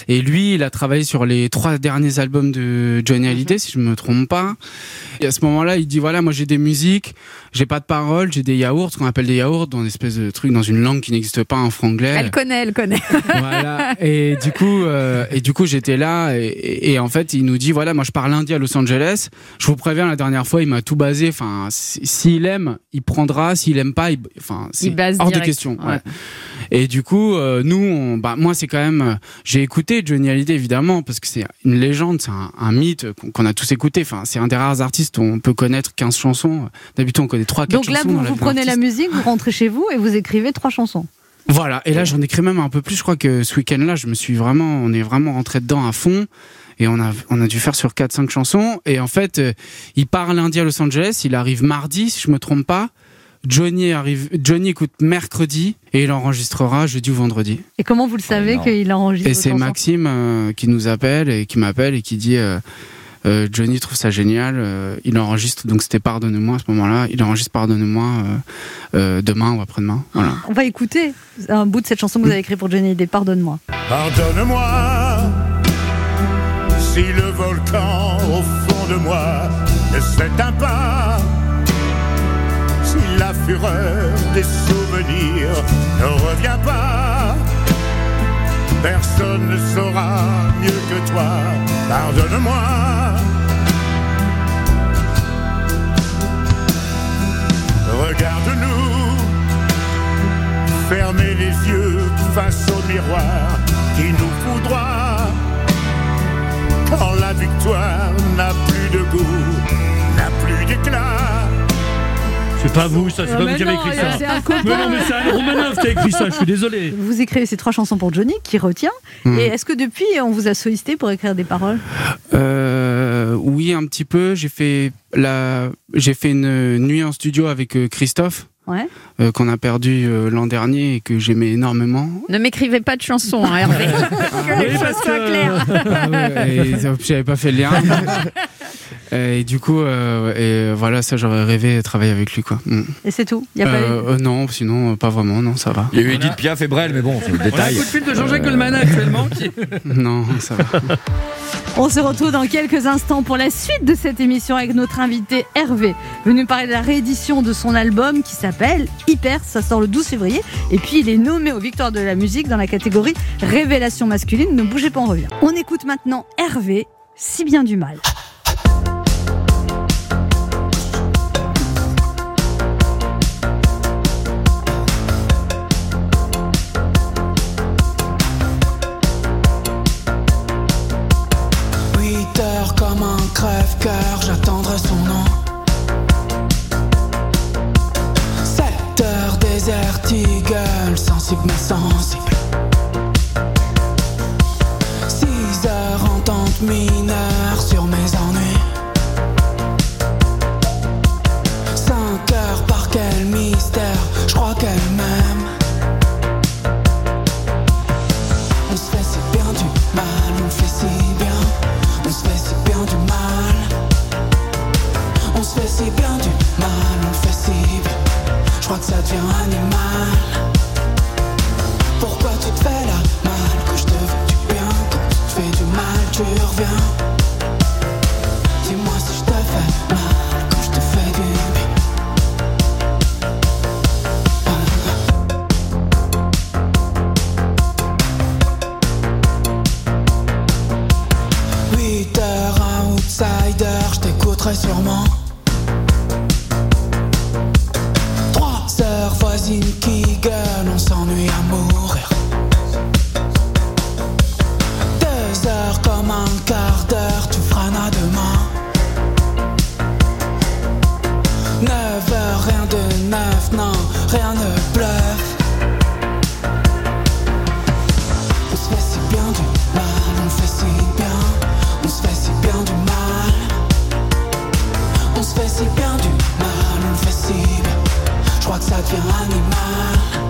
Et lui, il a travaillé sur les trois derniers albums de Johnny Hallyday, si je me trompe pas. Et à ce moment-là, il dit voilà, moi j'ai des musiques, j'ai pas de paroles, j'ai des yaourts, ce qu'on appelle des yaourts, dans une espèce de truc, dans une langue qui n'existe pas en franglais.
Elle connaît, elle connaît.
Voilà. Et du coup, euh, et du coup, j'étais là et, et- et en fait, il nous dit voilà, moi je pars lundi à Los Angeles. Je vous préviens, la dernière fois, il m'a tout basé. Enfin, si- s'il aime, il prendra. S'il aime pas, il, enfin, c'est
Il base
hors de
direct.
question.
Ouais.
ouais. Et du coup, euh, nous, on, bah moi, c'est quand même, euh, j'ai écouté Johnny Hallyday évidemment parce que c'est une légende, c'est un, un mythe qu'on qu'on a tous écouté. Enfin, c'est un des rares artistes où on peut connaître 15 chansons. D'habitude, on connaît 3 4
Donc
chansons.
là, vous,
dans la
vous
vie
prenez
d'un
la
artiste.
musique, vous rentrez chez vous et vous écrivez trois chansons.
Voilà, et là j'en écris même un peu plus. Je crois que ce week-end-là, je me suis vraiment, on est vraiment rentré dedans à fond. Et on a, on a dû faire sur 4-5 chansons. Et en fait, euh, il part lundi à Los Angeles, il arrive mardi, si je me trompe pas. Johnny arrive, Johnny écoute mercredi et il enregistrera jeudi ou vendredi.
Et comment vous le savez
non.
qu'il enregistre
Ah, Et
vos
c'est
chansons
Maxime euh, qui nous appelle et qui m'appelle et qui dit euh, Euh, Johnny trouve ça génial. euh, il enregistre, donc c'était Pardonne-moi à ce moment-là. Il enregistre Pardonne-moi euh, euh, demain ou après-demain. Voilà.
On va écouter un bout de cette chanson que vous avez écrite pour Johnny Hallyday, Pardonne-moi.
Pardonne-moi si le volcan au fond de moi ne s'éteint pas, si la fureur des souvenirs ne revient pas. Personne ne saura mieux que toi, pardonne-moi. Regarde-nous Fermez les yeux face au miroir qui nous foudroie. Quand la victoire n'a plus de goût, n'a plus d'éclat.
C'est pas vous, ça, c'est
Ah,
pas
mais
vous qui avez
non,
écrit
là,
ça.
c'est un copain.
Mais non, mais c'est Anne Romanoff qui a écrit ça, je suis désolé.
Vous écrivez ces trois chansons pour Johnny, qui retient.
Mhm.
Et est-ce que depuis, on vous a sollicité pour écrire des paroles
Euh, oui, un petit peu. J'ai fait, la... j'ai fait une nuit en studio avec euh, Christophe,
Ouais.
euh, qu'on a perdu euh, l'an dernier et que j'aimais
(laughs)
énormément.
Ne m'écrivez pas de chansons, hein, Hervé. que les choses soient claires.
Et ça, J'avais pas fait le lien. Euh, Et du coup, euh, et euh, voilà, ça j'aurais rêvé de travailler avec lui, quoi. Mm.
Et c'est tout. Y a pas eu-
Euh, euh, non, sinon euh, pas vraiment, non, ça va.
Il y a eu Edith Piaf et Brel, mais bon, c'est le
On a un
détail. Euh,
coup de fil de Jean-Jacques Goldman actuellement qui.
Non, ça va.
On se retrouve dans quelques instants pour la suite de cette émission avec notre invité Hervé, venu parler de la réédition de son album qui s'appelle Hyper, ça sort le 12 février, et puis il est nommé aux Victoires de la musique dans la catégorie Révélation masculine, ne bougez pas, on revient. On écoute maintenant Hervé, si bien du mal.
Huit heures comme un crève-cœur, j'attendrai son nom. Sept heures désert eagle, sensible mais sensible. Six heures entente mineure sur mes ennuis. Cinq heures par quel mystère, je crois qu'elle m'aime. On se fait si bien du mal, on fait si bien, on se fait si bien du mal. On se fait si bien du mal, on fait si bien. Je crois que ça devient animal. Pourquoi tu te fais la mal que je te fais du bien, quand tu te fais du mal, tu reviens. Dis-moi si je te fais mal quand je te fais du bien. Huit heures, un outsider, je t'écouterai sûrement. Trois heures, voisine qui gueule, on s'ennuie à mourir. Deux heures comme un quart d'heure, tu feras à demain. Neuf heures, rien de neuf, non, rien ne bluffe. On se fait si bien du mal, on fait si bien, on se fait si bien du mal. On se fait si bien du mal, on fait si bien. Je crois que ça devient animal.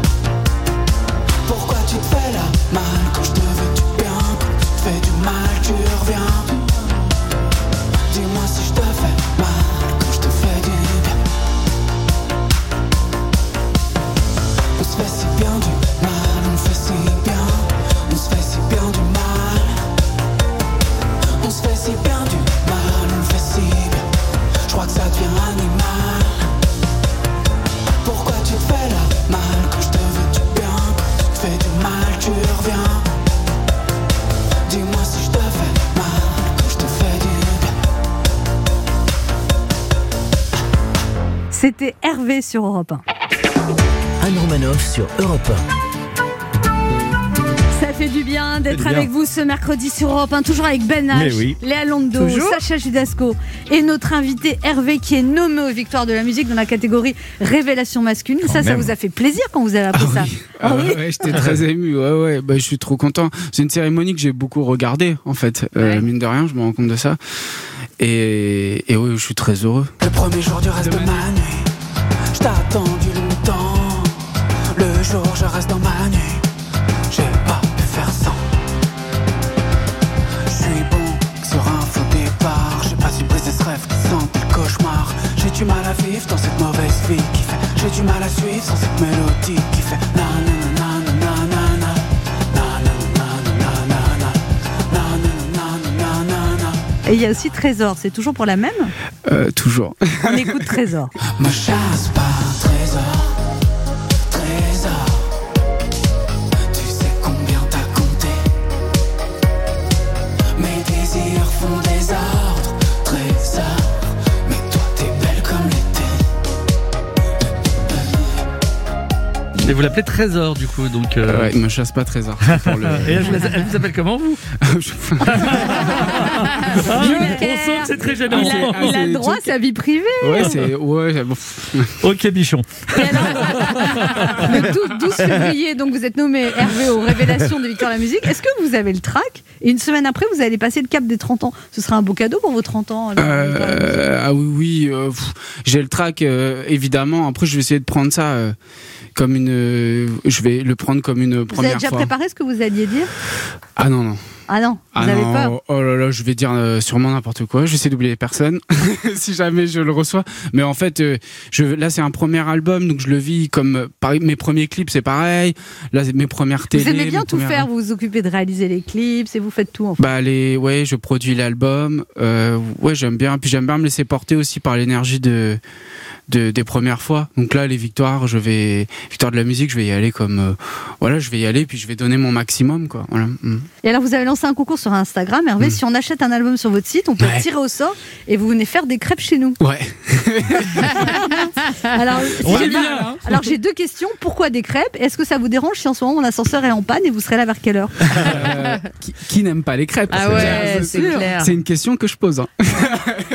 Pourquoi tu te fais la mal quand je te veux du bien, quand tu te fais du mal, tu reviens. Dis-moi si je te fais mal quand je te fais du bien. On se fait si bien du mal, on fait si bien, on se fait si bien du mal. On se fait si bien du mal, on fait si bien. Je crois que ça devient animal. Pourquoi tu te fais la mal quand je te veux du bien, quand tu te fais du mal, tu reviens. Dis-moi si je te fais mal quand je te fais du bien.
C'était Hervé sur Europe 1.
Anne Romanoff sur Europe
Ça fait du bien
du
d'être
bien.
avec vous ce mercredi sur Europe 1, toujours avec Ben
Mais
H,
oui.
Léa Londo,
Toujours.
Sacha Judasco et notre invité Hervé qui est nommé aux Victoires de la musique dans la catégorie Révélation masculine. ça, ça
même.
vous a fait plaisir quand vous avez appris ça
Ah ouais, ouais, j'étais très ému. Ouais, ouais, bah, je suis trop content. C'est une cérémonie que j'ai beaucoup regardée, en fait. Euh, Mine de rien, je me rends compte de ça. Et, et oui, je suis très heureux.
Le premier jour du reste de ma nuit, je t'ai attendu longtemps. Le jour je reste dans ma nuit, j'ai pas pu faire sans. Je suis bon sur un faux départ, J'ai du mal à suivre sans cette mélodie qui fait na na na na na na na na na na na na na na na na na na na
Et il y a aussi Trésor, c'est toujours pour la même
Euh, toujours.
On écoute Trésor.
Me chasse pas, trésor, trésor. Tu sais combien t'as compté. Mes désirs font des ordres, trésor. Mais toi t'es belle comme l'été.
Et vous l'appelez Trésor du coup, donc.
Euh, ouais, me chasse pas Trésor. c'est Pour le...
(laughs) (laughs) Et elle vous, elle vous appelle comment vous (laughs) Ah, On sent que c'est très gênant.
Il a, il a droit à sa vie privée.
Ouais, c'est. Ouais, bon.
(laughs) Ok, bichon.
Le 12, 12 février, donc vous êtes nommé Hervé aux révélations de Victor la musique. Est-ce que vous avez le track Et une semaine après, vous allez passer le cap des 30 ans. Ce sera un beau cadeau pour vos 30 ans. alors.
Euh, ah oui, oui, euh, pff, j'ai le track euh, évidemment. Après, je vais essayer de prendre ça euh, comme une. euh, je vais le prendre comme une
vous avez
première
déjà
fois.
préparé ce que vous alliez dire
Ah non non.
Ah non, vous
Ah
avez
non,
peur.
oh là là, je vais dire euh, sûrement n'importe quoi. Je vais essayer d'oublier personne (laughs) si jamais je le reçois. Mais en fait, euh, je, là c'est un premier album, donc je le vis comme euh, pareil, mes premiers clips, c'est pareil. Là, c'est mes premières télé.
Vous aimez bien
mes
tout
premières-
faire, vous vous occupez de réaliser les clips et vous faites tout en fait.
Bah les, ouais, je produis l'album. Euh, ouais, j'aime bien. Puis j'aime bien me laisser porter aussi par l'énergie de, de des premières fois. Donc là, les victoires, je vais victoire de la musique, je vais y aller comme euh, voilà, je vais y aller. Puis je vais donner mon maximum quoi. Voilà. Mm.
Et alors vous avez lancé un concours sur Instagram, Hervé. Si on achète un album sur votre site, on peut
Hmm. Ouais.
tirer au sort et vous venez faire des crêpes chez nous.
Ouais.
(laughs) Alors, si
On
j'ai
est
bien-
bien, hein.
alors j'ai deux questions. Pourquoi des crêpes Est-ce que ça vous dérange si en ce moment mon ascenseur est en panne et vous serez là vers
(laughs)
quelle heure
Euh, qui qui n'aime pas les crêpes
Ah
c'est
ouais,
clair,
c'est clair. Ah
C'est une question que je pose. hein.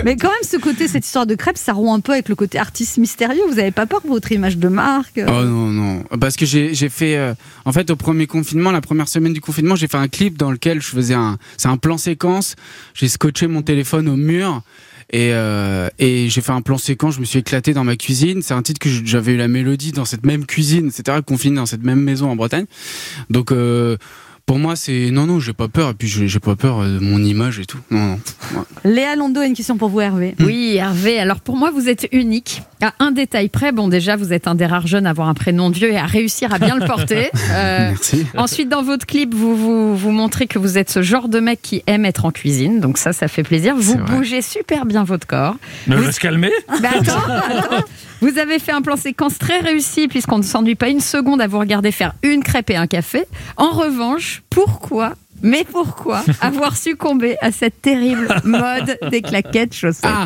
Mais quand même, ce côté, cette histoire de crêpes, ça rompt un peu avec le côté artiste mystérieux. Vous n'avez pas peur pour votre image de marque
Oh non, non. Parce que j'ai j'ai fait. euh, en fait, au premier confinement, la première semaine du confinement, j'ai fait un clip dans lequel je faisais un. C'est un plan séquence. J'ai scotché mon téléphone au mur. Et, euh, et j'ai fait un plan séquence, je me suis éclaté dans ma cuisine. C'est un titre que j'avais eu la mélodie dans cette même cuisine, etc. Confiné dans cette même maison en Bretagne. Donc euh, pour moi, c'est non, non, j'ai pas peur. Et puis j'ai j'ai pas peur euh, de mon image et tout. Non, non. Ouais.
Léa Londo a une question pour vous, Hervé.
Hmm. Oui, Hervé, alors pour moi, vous êtes unique. À un détail près, bon, déjà, vous êtes un des rares jeunes à avoir un prénom de vieux et à réussir à bien le
(laughs)
porter. Euh,
Merci.
Ensuite, dans votre clip, vous, vous vous montrez que vous êtes ce genre de mec qui aime être en cuisine. Donc ça, ça fait plaisir. Vous
C'est vrai.
bougez super bien votre corps.
Mais on va se calmer.
Bah attends, attends. Vous avez fait un plan séquence très réussi puisqu'on ne s'ennuie pas une seconde à vous regarder faire une crêpe et un café. En revanche, pourquoi mais pourquoi avoir succombé à cette terrible mode des claquettes chaussettes
Ah,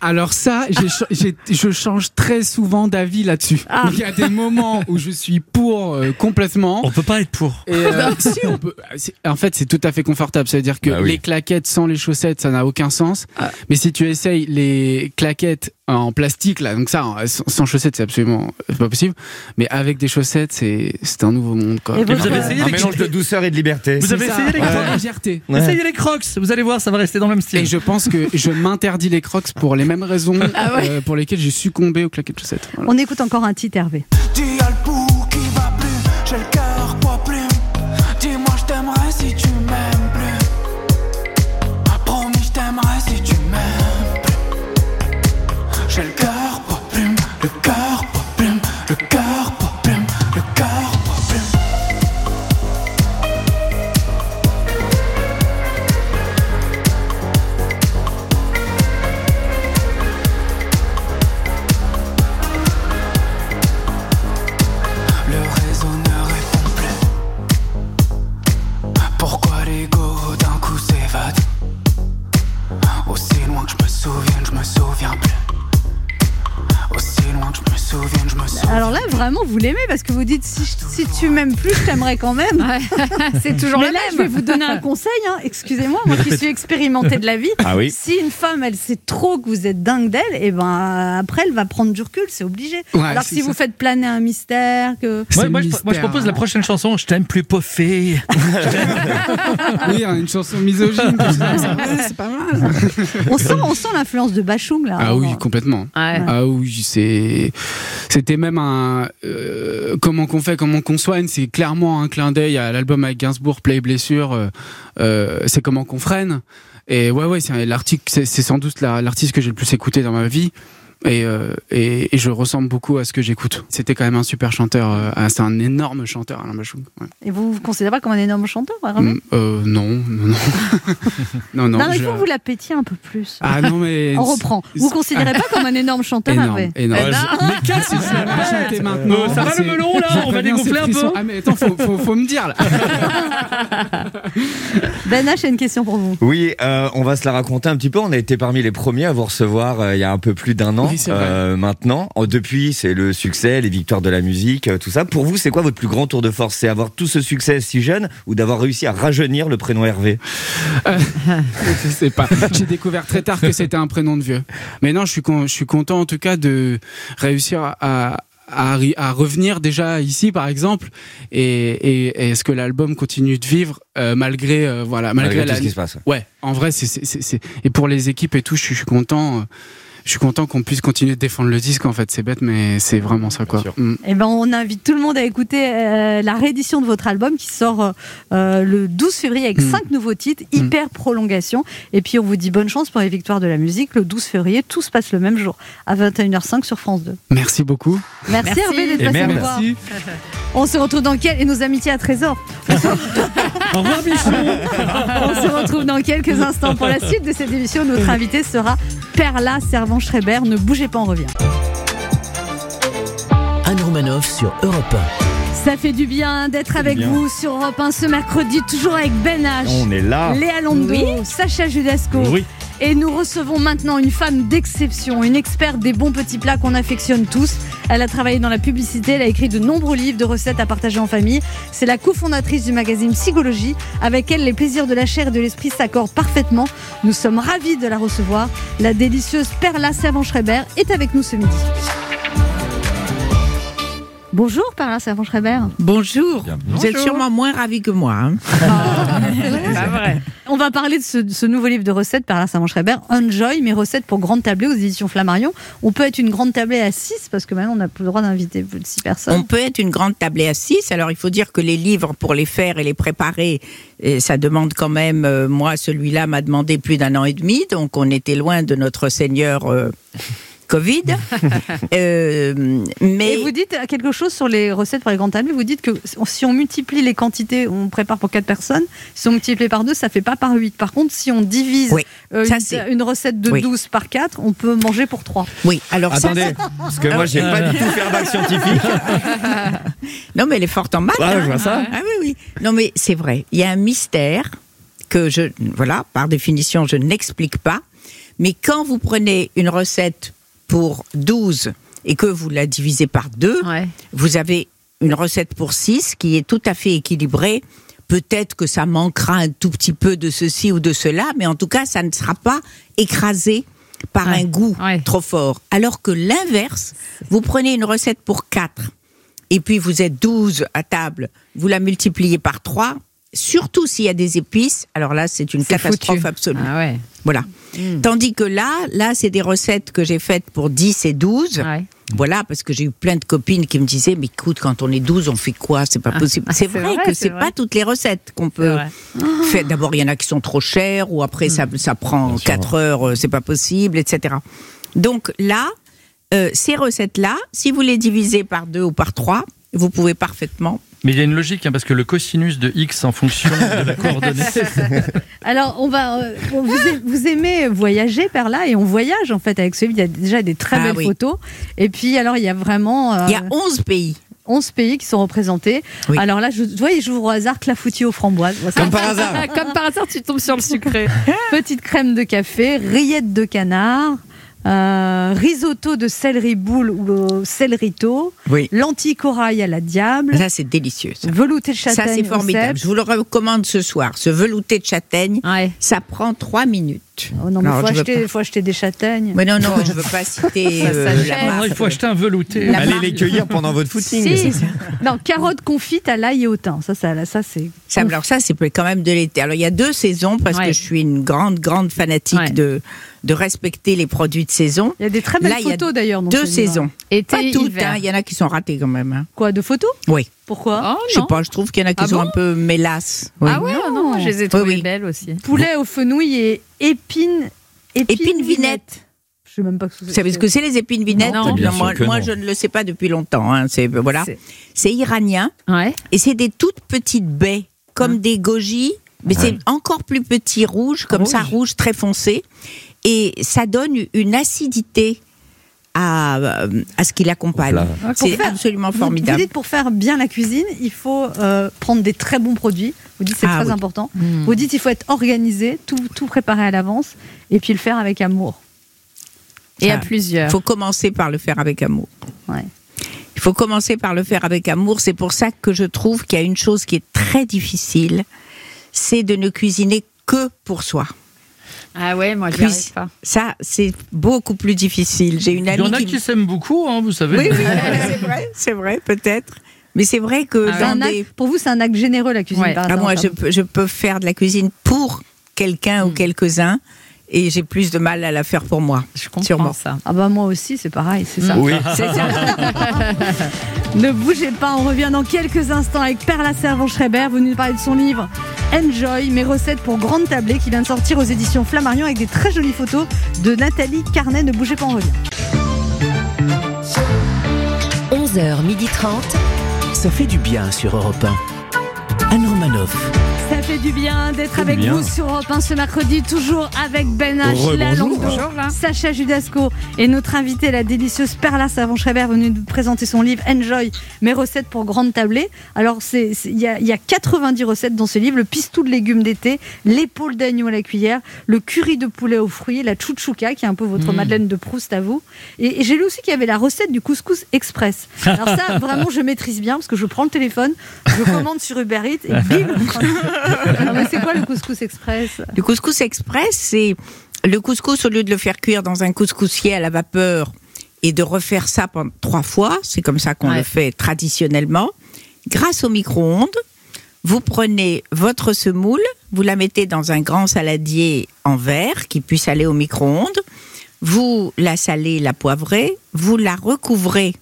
Alors ça, j'ai cha- j'ai- je change très souvent d'avis là-dessus.
Ah.
Il y a des moments où je suis pour euh, complètement.
On peut pas être pour.
Et, euh, si, on peut- c'est- en fait, c'est tout à fait confortable. Ça veut dire que
Bah oui.
les claquettes sans les chaussettes, ça n'a aucun sens.
Ah.
Mais si tu essayes les claquettes en plastique, là, donc ça, en- sans, sans chaussettes, c'est absolument c'est pas possible. Mais avec des chaussettes, c'est c'est un nouveau monde. Quoi.
Et vous- Vous
avez essayé
Un
les-
mélange de douceur et de liberté.
Vous avez
C'est
essayé
ça.
les
Ouais.
crocs
Légèreté.
Ouais.
Essayez les crocs, vous allez voir, ça va rester dans le même style.
Et je pense que je m'interdis les crocs pour les mêmes raisons
Ah ouais.
euh, pour lesquelles j'ai succombé aux claquettes
(laughs)
de chaussettes. Voilà.
On écoute encore un titre, Hervé.
Tu as le pouls qui va plus, j'ai le cœur poids plume. Dis-moi, je t'aimerais si tu m'aimes plus. Ah, Promis, je t'aimerais si tu m'aimes plus. J'ai le cœur poids plume, le cœur poids plume, le cœur poids plume, le cœur poids plume. Le réseau ne répond plus. Pourquoi l'ego d'un coup s'évade Aussi loin que je me souvienne, je me souviens plus. Aussi loin que je me souvienne, je me souviens
Alors là, vraiment, vous l'aimez parce que vous dites si, si tu m'aimes plus, je t'aimerais quand même.
(laughs) C'est toujours
Mais
le
là,
même.
je vais vous donner un conseil. hein. Excusez-moi, moi qui suis expérimentée de la vie.
Ah oui.
Si une femme, elle sait trop que vous êtes dingue d'elle, et ben après, elle va prendre du recul, c'est obligé.
Ouais,
Alors que
c'est
si
ça.
vous faites planer un mystère, que
Ouais,
C'est
moi, je, moi, je
mystère.
propose la prochaine chanson, je t'aime plus
(laughs)
poffé.
Oui, hein, une chanson misogyne. tout ça.
(laughs)
C'est pas mal.
on sent, on sent l'influence de Bachung là.
Ah oui, complètement.
Ouais.
Ah oui, c'est. C'était même un. euh, comment qu'on fait, comment qu'on soigne, c'est clairement un clin d'œil à l'album avec Gainsbourg, Play Blessure. euh, euh, c'est comment qu'on freine. Et ouais, ouais, c'est un- l'article, c'est c'est sans doute la- l'artiste que j'ai le plus écouté dans ma vie. et, euh, et, et je ressemble beaucoup à ce que j'écoute. C'était quand même un super chanteur, euh, ah, c'est un énorme chanteur Alain Bachung. ouais.
Et vous vous considérez pas comme un énorme chanteur, vraiment
Mm, euh, non, non,
(laughs)
non. non, non,
Non, mais il
je-
faut que vous la pétiez un peu plus.
Ah non, mais-
(laughs) On reprend. Vous vous considérez pas Eh comme un énorme chanteur,
Énorme,
Hervé ben,
énorme. Ouais, je-
Mais
(laughs)
qu'est-ce
Ah,
que ça va
chanter maintenant
Ah, Euh, ça va
C'est-
le melon là
j'avais
On va
bien
dégonfler
ces
un peu
frissons. Ah mais attends, faut, faut, faut
(laughs)
me dire là.
Ben H a une question pour vous.
Oui, euh, on va se la raconter un petit peu. On a été parmi les premiers à vous recevoir euh, il y a un peu plus d'un an euh, maintenant. Oh, depuis, c'est le succès, les victoires de la musique, euh, tout ça. Pour vous, c'est quoi votre plus grand tour de force C'est avoir tout ce succès si jeune ou d'avoir réussi à rajeunir le prénom Hervé
Euh,
je sais pas. J'ai découvert très tard que c'était un prénom de vieux. Mais non, je suis, con- je suis content en tout cas de réussir à, à- à arri- à revenir déjà ici par exemple et, et, et ce que l'album continue de vivre euh, malgré euh, voilà malgré,
Malgré tout
la-
ce qui se passe.
ouais en vrai c'est c'est- c'est- c'est- et pour les équipes et tout je suis, je suis content euh, je suis content qu'on puisse continuer de défendre le disque en fait c'est bête mais c'est vraiment ça quoi Mm.
Eh ben, on invite tout le monde à écouter euh, la réédition de votre album qui sort euh, euh, le 12 février avec
Hmm.
cinq nouveaux titres, hyper prolongation. Et puis on vous dit bonne chance pour les victoires de la musique. Le 12 février, tout se passe le même jour à 21h05 sur France 2.
merci beaucoup
Merci, Hervé d'être passé nous voir.
Merci.
On se retrouve dans quel et nos amitiés
(laughs)
à trésor.
Au revoir,
On se retrouve dans quelques instants pour la suite de cette émission. Notre invité sera Perla Servan-Schreiber. Ne bougez pas, on revient.
Anne Romanoff sur Europe
Ça fait du bien d'être avec
bien.
vous sur Europe 1 ce mercredi, toujours avec Ben H.
On est là.
Léa Londo,
Oui.
Sacha Judasco.
Oui.
Et nous recevons maintenant une femme d'exception, une experte des bons petits plats qu'on affectionne tous. Elle a travaillé dans la publicité, elle a écrit de nombreux livres de recettes à partager en famille. C'est la cofondatrice du magazine Psychologie. Avec elle, les plaisirs de la chair et de l'esprit s'accordent parfaitement. Nous sommes ravis de la recevoir. La délicieuse Perla Servan-Schreiber est avec nous ce midi. Bonjour Perla Servan-Schreiber.
Bonjour. Vous êtes
Bonjour.
sûrement moins ravi que moi. hein.
On va parler de ce, de ce nouveau livre de recettes par Alain Servan-Schreiber, Enjoy, mes recettes pour grande tablée aux éditions Flammarion. On peut être une grande tablée à 6 parce que maintenant on n'a plus le droit d'inviter plus de 6
On
personnes.
peut être une grande tablée à 6. Alors, il faut dire que les livres, pour les faire et les préparer, et ça demande quand même. euh, moi, celui-là m'a demandé plus d'un an et demi. Donc, on était loin de notre Seigneur euh, Covid. Euh, mais.
Et vous dites quelque chose sur les recettes pour les grandes tablées. Vous dites que si on multiplie les quantités, on prépare pour 4 personnes. Si on multiplie par 2, ça fait pas par 8. Par contre, si on divise
Oui,
euh,
ça,
une,
c'est-
une recette de
Oui.
12 par 4, on peut manger pour 3.
Oui, (laughs) alors ça,
Attendez,
c'est-
parce que moi, j'ai pas du tout fait un bac scientifique.
Non, mais elle est forte en maths.
Ouais,
hein.
je vois ça.
Ah oui, oui. Non, mais c'est vrai. Il y a un mystère que je, voilà, par définition, je n'explique pas. Mais quand vous prenez une recette pour 12 et que vous la divisez par 2, vous avez une recette pour 6 qui est tout à fait équilibrée. Peut-être que ça manquera un tout petit peu de ceci ou de cela, mais en tout cas, ça ne sera pas écrasé par un goût trop fort. Alors que l'inverse, vous prenez une recette pour 4 et puis vous êtes 12 à table, vous la multipliez par 3, surtout s'il y a des épices, alors là c'est une catastrophe absolue. Voilà.
Hmm.
Tandis que là, là c'est des recettes que j'ai faites pour 10 et 12. Voilà, parce que j'ai eu plein de copines qui me disaient, mais écoute, quand on est 12, on fait quoi C'est pas
Ah,
possible.
ah,
c'est
c'est
vrai
vrai,
que
c'est
c'est
vrai.
pas toutes les recettes qu'on peut
vrai. Hmm.
faire. D'abord, il y en a qui sont trop chères, ou après, ça, ça prend 4 heures, euh, c'est pas possible, etc. Donc là, euh, ces recettes-là, si vous les divisez par 2 ou par 3, vous pouvez parfaitement.
Mais il y a une logique, hein, parce que le cosinus de x en fonction de la coordonnée.
Alors, on va. euh, on- vous, aimez, vous aimez voyager par là et on voyage en fait avec celui. Il y a déjà des très
Ah
belles
oui.
photos. Et puis, alors, il y a vraiment.
Il y a 11 pays.
11 pays qui sont représentés. Alors là, je, vous voyez, j'ouvre au hasard clafoutis aux framboises. Moi, ça-
(laughs) Comme par hasard, tu tombes sur le sucré.
(laughs) Petite crème de café, rillettes de canard, euh, risotto de céleri boule ou au célerito,
Oui.
lentilles corail à la diable.
Ça, c'est délicieux. ça.
Velouté de châtaigne.
Ça, c'est
au
formidable.
cèpe.
Je vous le recommande ce soir. Ce velouté de châtaigne, ça prend 3 minutes.
Oh non, mais
Alors,
faut
je veux
acheter,
pas-
faut acheter des châtaignes.
(laughs) Mais non, non, je veux pas citer, Ça euh, s'achète. la marque.
il faut acheter un velouté.
La Allez marque.
les cueillir pendant votre footing.
Si. (laughs) Non, carottes confites à l'ail et au thym. Ça, ça, ça c'est.
Ça, alors ça, c'est quand même de l'été. Alors il y a deux saisons parce que je suis une grande, grande fanatique de de respecter les produits de saison.
Il y a des très belles
Là, il y a
photos, d'ailleurs, dans
Deux
ce livre.
saisons.
Été,
pas toutes.
hiver.
hein. Il y en a qui sont ratées quand même. hein.
Quoi, de photos Oh,
Oui.
Pourquoi
Je sais pas. Je trouve qu'il y en a qui
Ah
sont
bon
un peu mélasses.
Ah ouais, non, moi, je les ai
Oui,
trouvées
oui.
Belle aussi.
Poulet au fenouil et épines. Épines, vinettes. Je sais même pas que
Vous savez ce que c'est les épines vinettes
Non. Bien
moi,
sûr que
moi,
non.
je ne le sais pas depuis longtemps. hein, C'est voilà,
C'est-
c'est iranien et c'est des toutes petites baies comme des goji, mais
Hein. Ouais.
c'est encore plus petit rouge comme ça, rouge très foncé, et ça donne une acidité à, euh, à ce qui l'accompagne.
Ouais, pour
C'est
faire-
absolument
vous- Vous
formidable.
dites pour faire bien la cuisine, il faut euh, prendre des très bons produits. Vous dites c'est
Ah
très
oui.
important.
Mm.
Vous dites il faut être organisé, tout, tout préparer à l'avance et puis le faire avec amour.
Ça, faut commencer par le faire avec amour. Il faut commencer par le faire avec amour. C'est pour ça que je trouve qu'il y a une chose qui est très difficile, c'est de ne cuisiner que pour soi.
Ah ouais, moi j'y
Cuis-
arrive pas.
Ça, c'est beaucoup plus difficile. J'ai une
Il y
amie
en a
qui,
qui s'aiment beaucoup, hein, vous savez.
Oui,
(laughs)
oui, c'est vrai, c'est vrai, peut-être. Mais c'est vrai que
Ah
C'est
dans
un acte-
des...
Pour vous, c'est un acte généreux la cuisine.
Euh, Ouais.
par
Ah, moi, je
exemple.
peux, je peux faire de la cuisine pour quelqu'un
Hmm.
ou quelques-uns, et j'ai plus de mal à la faire pour moi. Je comprends
ça.
Ah bah moi aussi, c'est pareil, c'est ça.
Oui.
C'est ça. ne bougez pas, on revient dans quelques instants avec Perla Servan-Schreiber, venue nous parler de son livre Enjoy, mes recettes pour grande tablée, qui vient de sortir aux éditions Flammarion avec des très jolies photos de Nathalie Carnet. Ne bougez pas, on revient.
11h30. Ça fait du bien sur Europe 1. Anne Romanoff.
Ça fait du bien d'être
Fait du
avec
bien.
vous sur Europe 1 ce mercredi, toujours avec Ben H,
Rebonjour.
la Langdo,
Bonjour,
Sacha Judasco et notre invitée, la délicieuse Perla Savon-Schreiber, venue nous présenter son livre Enjoy, mes recettes pour grande tablée. Alors, c'est- c'est- il y, a- il y a 90 recettes dans ce livre le pistou de légumes d'été, l'épaule d'agneau à la cuillère, le curry de poulet aux fruits, la chouchouka, qui est un peu votre
Mm.
Madeleine de Proust à vous. Et, et j'ai lu aussi qu'il y avait la recette du couscous express. Alors,
(laughs)
ça, vraiment, je maîtrise bien parce que je prends le téléphone, je commande sur Uber Eats et bim, (laughs)
(laughs)
non, mais Ah c'est quoi le couscous express
Le couscous express, c'est le couscous, au lieu de le faire cuire dans un couscoussier à la vapeur et de refaire ça pendant trois fois, c'est comme ça qu'on
Ouais.
le fait traditionnellement, grâce au micro-ondes, vous prenez votre semoule, vous la mettez dans un grand saladier en verre qui puisse aller au micro-ondes, vous la salez, la poivrez, vous la recouvrez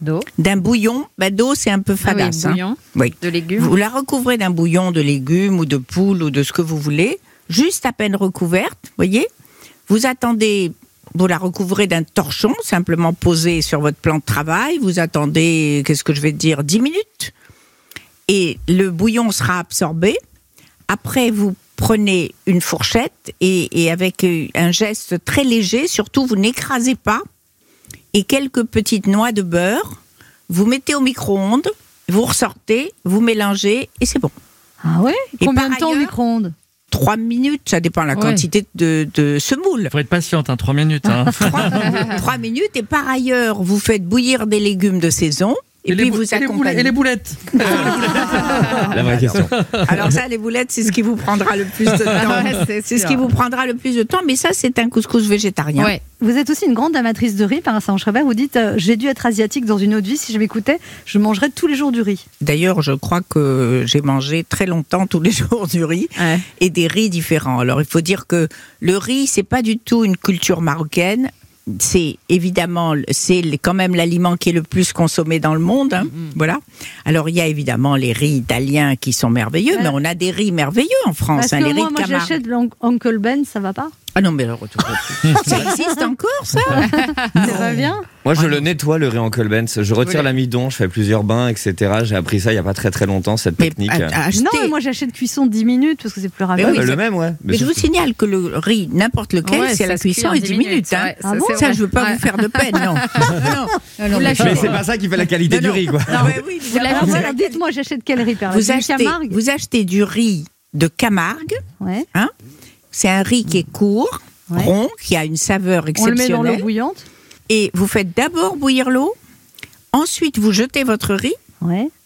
d'eau
d'un bouillon. Bah, d'eau, c'est un peu
Ah oui,
fadasse. hein.
bouillon
Oui.
de légumes.
Vous la recouvrez d'un bouillon de légumes ou de poule ou de ce que vous voulez, juste à peine recouverte, voyez. Vous attendez, vous la recouvrez d'un torchon simplement posé sur votre plan de travail. Vous attendez, qu'est-ce que je vais dire, 10 minutes. Et le bouillon sera absorbé. Après, vous prenez une fourchette et, et avec euh, un geste très léger, surtout, vous n'écrasez pas et quelques petites noix de beurre. Vous mettez au micro-ondes, vous ressortez, vous mélangez et c'est bon.
Ah ouais
Combien de temps
au micro-ondes
3 minutes, ça dépend de la
Ouais.
quantité de, de semoule.
Faut être patiente, hein, 3 minutes. hein.
(laughs)
(laughs)
3 minutes et par ailleurs, vous faites bouillir des légumes de saison et,
Et les
puis
bou-
vous
et les
accompagnez.
boulettes- et les
(laughs)
boulettes
La vraie question.
Alors ça, les boulettes, c'est ce qui vous prendra le
(laughs)
plus de temps.
Ah Ouais, c'est
c'est ce
sûr.
qui vous prendra le plus de temps, mais ça, c'est un couscous végétarien.
Vous êtes aussi une grande amatrice de riz, par saint Vous dites euh, J'ai dû être asiatique dans une autre vie, si je m'écoutais, je mangerais tous les jours du riz.
D'ailleurs, je crois que j'ai mangé très longtemps tous les (laughs) jours du riz et des riz différents. Alors, il faut dire que le riz, c'est pas du tout une culture marocaine. C'est évidemment, c'est quand même l'aliment qui est le plus consommé dans le monde. hein.
Mm-hmm.
Voilà. Alors, il y a évidemment les riz italiens qui sont merveilleux, mais on a des riz merveilleux en France.
Parce
hein,
que
les riz
moi,
de
moi
Camargue.
j'achète de l'Un- Uncle Ben, ça va pas
Ah non, mais le retour. (laughs)
(laughs)
Ça existe encore, ça
Ça va bien
Moi, je
Ah
le nettoie, le Réan Colbens. Je retire
Oui.
l'amidon, je fais plusieurs bains, etc. J'ai appris ça il n'y a pas très très longtemps, cette technique. Euh,
Non, mais moi j'achète cuisson 10 minutes parce que c'est plus
Mais
rapide.
oui, c'est-
le même, ouais.
Mais, je vous signale que le riz, n'importe lequel,
Ouais,
c'est
ça
la
se cuit
cuisson
en
est
10
10 minutes.
minutes,
hein.
ouais, ça, c'est
ça,
vrai.
je veux pas
Ouais.
vous faire de peine,
(laughs)
non. non, non, non.
mais c'est pas ça qui fait la qualité du riz, quoi.
Vous l'avez- voilà, dites-moi, j'achète quel riz par
Vous achetez, vous achetez du riz de Camargue. hein. c'est un riz qui est court, rond, qui a une saveur
On le met
exceptionnelle.
dans l'eau bouillante
Et vous faites d'abord bouillir l'eau. Ensuite, vous jetez votre riz.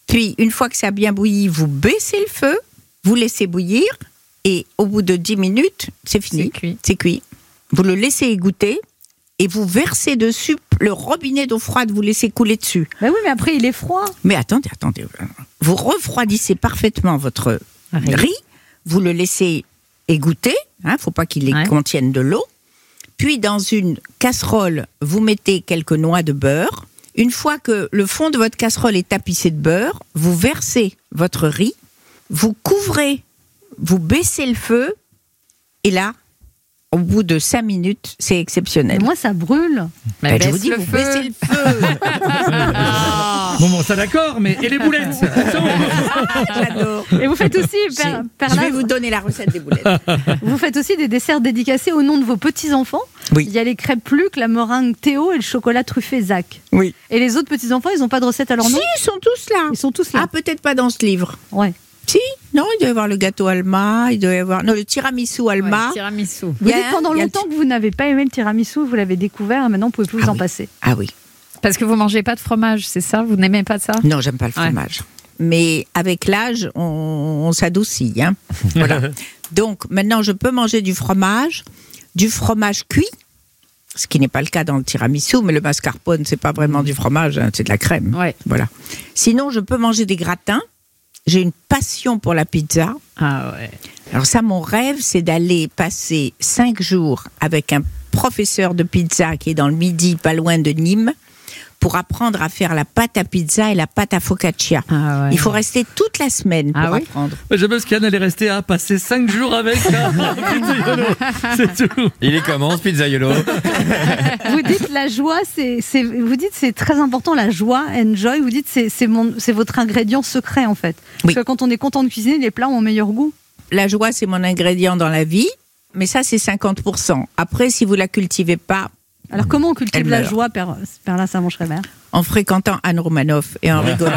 Puis, une fois que ça a bien bouilli, vous baissez le feu, vous laissez bouillir. Et au bout de 10 minutes, c'est fini. C'est cuit. Vous le laissez égoutter. Et vous versez dessus le robinet d'eau froide, vous laissez couler dessus.
Ben
Mais oui, mais après, il est froid.
Mais attendez, attendez. Vous refroidissez parfaitement votre riz. Vous le laissez égoutter. Il ne faut pas qu'il contienne de l'eau. Puis dans une casserole, vous mettez quelques noix de beurre. Une fois que le fond de votre casserole est tapissé de beurre, vous versez votre riz, vous couvrez, vous baissez le feu, et là, au bout de 5 minutes, c'est exceptionnel.
moi, ça brûle.
Ben, je vous dis, vous baissez le feu.
(laughs)
Bon, bon, ça d'accord, mais. Et les boulettes
(laughs) J'adore.
Et vous faites aussi, Père-
Si.
Père
Je vais
Labre-
vous donner la recette des boulettes.
Vous faites aussi des desserts dédicacés au nom de vos petits-enfants.
Oui.
Il y a les crêpes Pluck, la meringue Théo et le chocolat truffé Zach.
Oui.
Et les autres petits-enfants, ils n'ont pas de recette à leur nom
Si, ils
(laughs)
sont tous là.
Ils sont tous là.
Ah, peut-être pas dans ce livre.
Ouais.
Si, non, il doit y avoir le gâteau Alma, il doit y avoir. Non, le tiramisu Alma.
tiramisu.
Vous
Il y a
dites
un-
pendant
il y a le
longtemps que vous n'avez pas aimé le tiramisu, vous l'avez découvert, maintenant vous pouvez plus vous en passer.
Ah oui.
Parce que vous mangez pas de fromage, c'est ça Vous n'aimez pas ça
Non, j'aime pas le fromage. Mais avec l'âge, on, on s'adoucit. hein.
(laughs)
Voilà. Donc maintenant, je peux manger du fromage, du fromage cuit, ce qui n'est pas le cas dans le tiramisu, mais le mascarpone, c'est pas vraiment du fromage, hein, c'est de la crème. Voilà. Sinon, je peux manger des gratins. J'ai une passion pour la pizza.
Ah ouais.
Alors ça, mon rêve, c'est d'aller passer cinq jours avec un professeur de pizza qui est dans le Midi, pas loin de Nîmes, pour apprendre à faire la pâte à pizza et la pâte à focaccia.
Ah,
Il faut rester toute la semaine pour apprendre.
J'aime ce qu'Anne, elle est restée à passer 5 jours avec. C'est tout.
Il est comment, ce pizzaiolo
Vous dites la joie, c'est, c'est- vous dites c'est très important la joie, enjoy. Vous dites c'est, c'est, mon- c'est votre ingrédient secret en fait. Parce que quand on est content de cuisiner, les plats ont un meilleur goût.
La joie, c'est mon ingrédient dans la vie, mais ça, c'est 50%. Après, si vous la cultivez pas...
Alors comment on cultive
Elle
la
meurt.
joie, Père, Père là, ça mangerait mère
En fréquentant Anne Romanoff et en rigolant.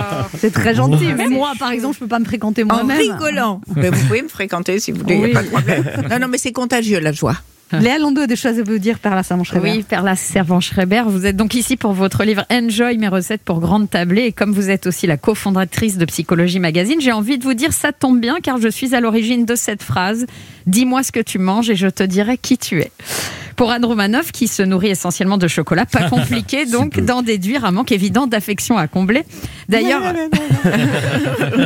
(laughs)
C'est très gentil. Même moi, par exemple, je peux pas me fréquenter
En
moi-même.
rigolant. Mais vous pouvez me fréquenter si vous voulez, il
Oui.
a pas de problème. Non, non, mais c'est contagieux, la joie.
Léa Landau a des choses à vous dire, Perla Servan-Schreiber.
Hum. Oui, Perla Servan-Schreiber, vous êtes donc ici pour votre livre Enjoy mes recettes pour grande tablée. Et comme vous êtes aussi la cofondatrice de Psychologie Magazine, j'ai envie de vous dire ça tombe bien car je suis à l'origine de cette phrase Dis-moi ce que tu manges et je te dirai qui tu es. Pour Anne Romanoff, qui se nourrit essentiellement de chocolat,
(laughs)
pas compliqué donc d'en déduire un manque évident d'affection à combler. D'ailleurs,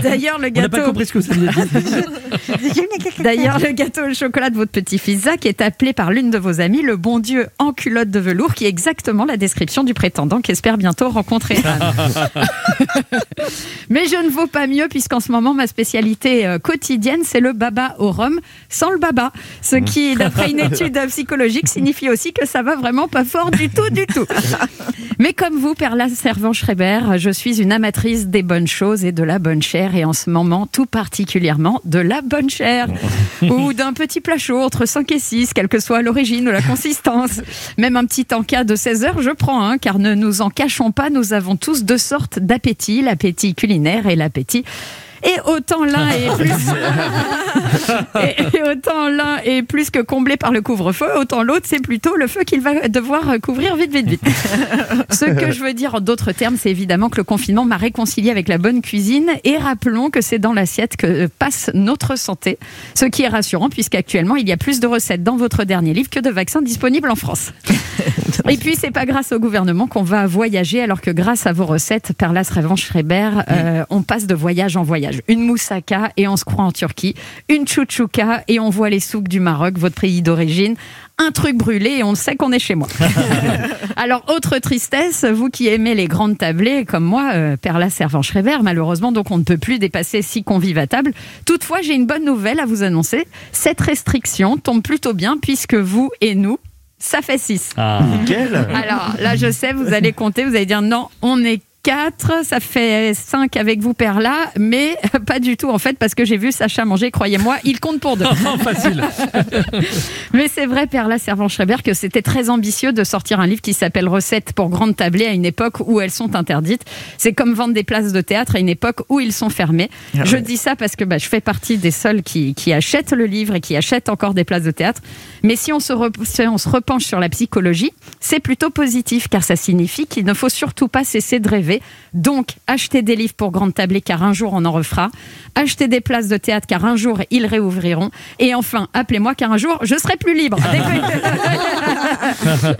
d'ailleurs le
On n'a pas
gâteau.
compris ce que ça voulait dire.
D'ailleurs, le gâteau au chocolat de votre petit-fils Zach est appelé par l'une de vos amies le bon Dieu en culotte de velours, qui est exactement la description du prétendant qu'espère bientôt rencontrer Anne. Mais je ne vaux pas mieux puisqu'en ce moment, ma spécialité euh, quotidienne, c'est le baba au rhum sans le baba. Ce qui, d'après une étude psychologique, signifie aussi que ça va vraiment pas fort du tout, du tout. Mais comme vous, Perla Servan-Schreiber, je suis une amatrice des bonnes choses et de la bonne chair, et en ce moment, tout particulièrement de la bonne chair. ou d'un petit plat chaud entre 5 et 6, quelle que soit l'origine ou la consistance. Même un petit encas de 16 heures, je prends un, car ne nous en cachons pas, nous avons tous deux sortes d'appétit, l'appétit culinaire et l'appétit. Et autant l'un est plus et, et autant l'un est plus que comblé par le couvre-feu, autant l'autre, c'est plutôt le feu qu'il va devoir couvrir vite, vite, vite. (laughs) Ce que je veux dire en d'autres termes, c'est évidemment que le confinement m'a réconcilié avec la bonne cuisine. Et rappelons que c'est dans l'assiette que passe notre santé. Ce qui est rassurant, puisqu'actuellement, il y a plus de recettes dans votre dernier livre que de vaccins disponibles en France. Et puis, c'est pas grâce au gouvernement qu'on va voyager, alors que grâce à vos recettes, Perlas, Revanche, Schreiber, euh, on passe de voyage en voyage. Une moussaka et on se croit en Turquie. Une chouchouka et on voit les souks du Maroc, votre pays d'origine. Un truc brûlé et on sait qu'on est chez moi. (laughs) Alors, autre tristesse, vous qui aimez les grandes tablées, comme moi, euh, Perla Servan-Schreiber, malheureusement, donc on ne peut plus dépasser six convives à table. Toutefois, j'ai une bonne nouvelle à vous annoncer. Cette restriction tombe plutôt bien puisque vous et nous, ça fait six.
Ah. Nickel.
Alors là, je sais, vous allez compter, vous allez dire non, on est quatre, ça fait cinq avec vous, Perla, mais (laughs) pas du tout en fait, parce que j'ai vu Sacha manger, croyez-moi, il compte pour deux.
Oh,
Facile.
Mais c'est vrai, Perla Servan-Schreiber, que c'était très ambitieux de sortir un livre qui s'appelle Recettes pour grande tablée à une époque où elles sont interdites. C'est comme vendre des places de théâtre à une époque où ils sont fermés.
Ah ouais.
Je dis ça parce que bah, je fais partie des seuls qui, qui achètent le livre et qui achètent encore des places de théâtre. Mais si on se, re- si on se repenche sur la psychologie, c'est plutôt positif car ça signifie qu'il ne faut surtout pas cesser de rêver. Donc, acheter des livres pour grande tablée car un jour on en refera. Acheter des places de théâtre car un jour ils réouvriront. Et enfin, appelez-moi car un jour je serai plus libre. Dès que-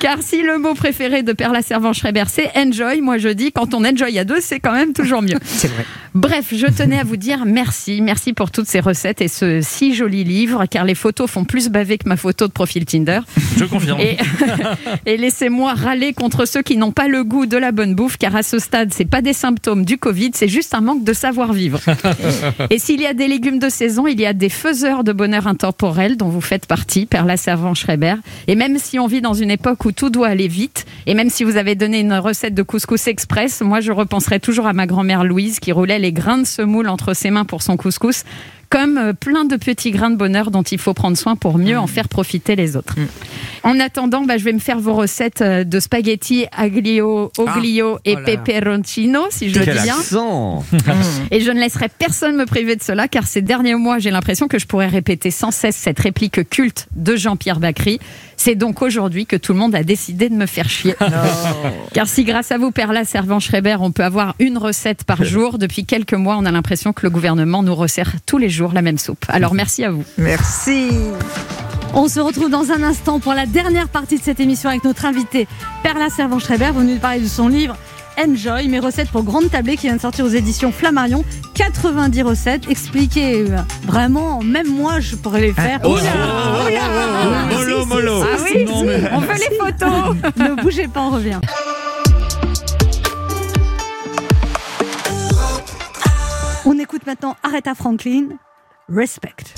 Car si le mot préféré de Perla Servan-Schreiber, c'est enjoy, moi je dis, quand on enjoy à deux, c'est quand même toujours mieux.
C'est vrai.
Bref, je tenais à vous dire merci. Merci pour toutes ces recettes et ce si joli livre, car les photos font plus baver que ma photo de profil Tinder.
Je confirme.
Et, (laughs) et laissez-moi râler contre ceux qui n'ont pas le goût de la bonne bouffe, car à ce stade, c'est pas des symptômes du Covid, c'est juste un manque de savoir-vivre. (laughs) et s'il y a des légumes de saison, il y a des faiseurs de bonheur intemporel dont vous faites partie, Perla Servan-Schreiber. Et même si on vit dans une époque où tout doit aller vite, et même si vous avez donné une recette de couscous express, moi je repenserai toujours à ma grand-mère Louise qui roulait les grains de semoule entre ses mains pour son couscous, comme euh, plein de petits grains de bonheur dont il faut prendre soin pour mieux en faire profiter les autres.
Mm.
En attendant, bah, je vais me faire vos recettes euh, de spaghetti aglio, oglio et
Oh là là.
peperoncino, si je le
Quel
dis bien.
(laughs)
accent
Mm. Et je ne laisserai personne me priver de cela, car ces derniers mois, j'ai l'impression que je pourrais répéter sans cesse cette réplique culte de Jean-Pierre Bacry. C'est donc aujourd'hui que tout le monde a décidé de me faire
(laughs)
chier. (laughs) Car si grâce à vous, Perla Servan-Schreiber, on peut avoir une recette par jour, depuis quelques mois, on a l'impression que le gouvernement nous resserre tous les jours la même soupe.
Mm-hmm.
Alors merci à vous. (laughs)
Merci.
On se retrouve dans un instant pour la dernière partie de cette émission avec notre invité Perla Servan-Schreiber, venue nous parler de son livre Enjoy, mes recettes pour grande tablée qui vient de sortir aux éditions Flammarion. 90 recettes expliquées euh, vraiment, même moi je pourrais les faire.
Oh là là, oh là là. Mollo, mollo.
Ah
Ah
oui,
oui, non, mais-
on veut les
(laughs)
photos. ne bougez pas, on revient. On écoute maintenant Aretha Franklin, Respect.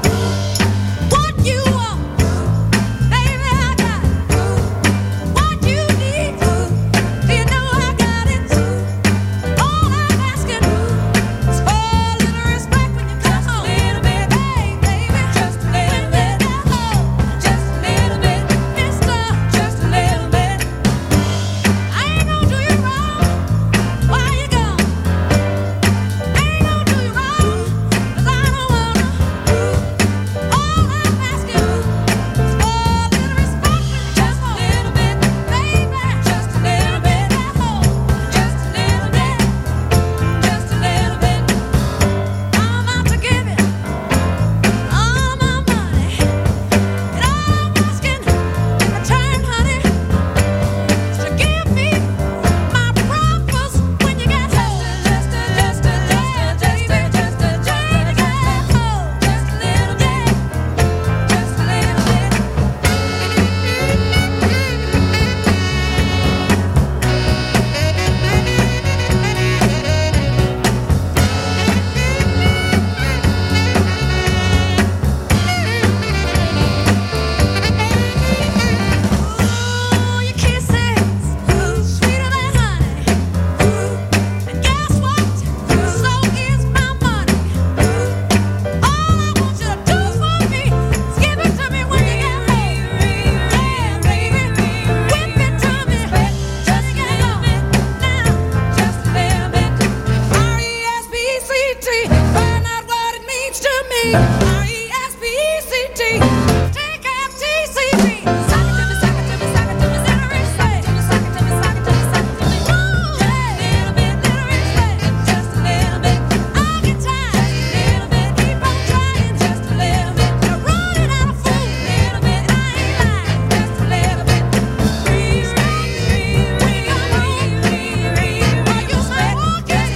What you want, baby, I got What you need, do you know I got it All I'm asking is for a little respect when you pass a little bit, baby, just a little bit, just a little bit, Mister, just a little bit. I ain't gonna do you wrong while you gone. I ain't gonna do you wrong 'cause I don't wanna.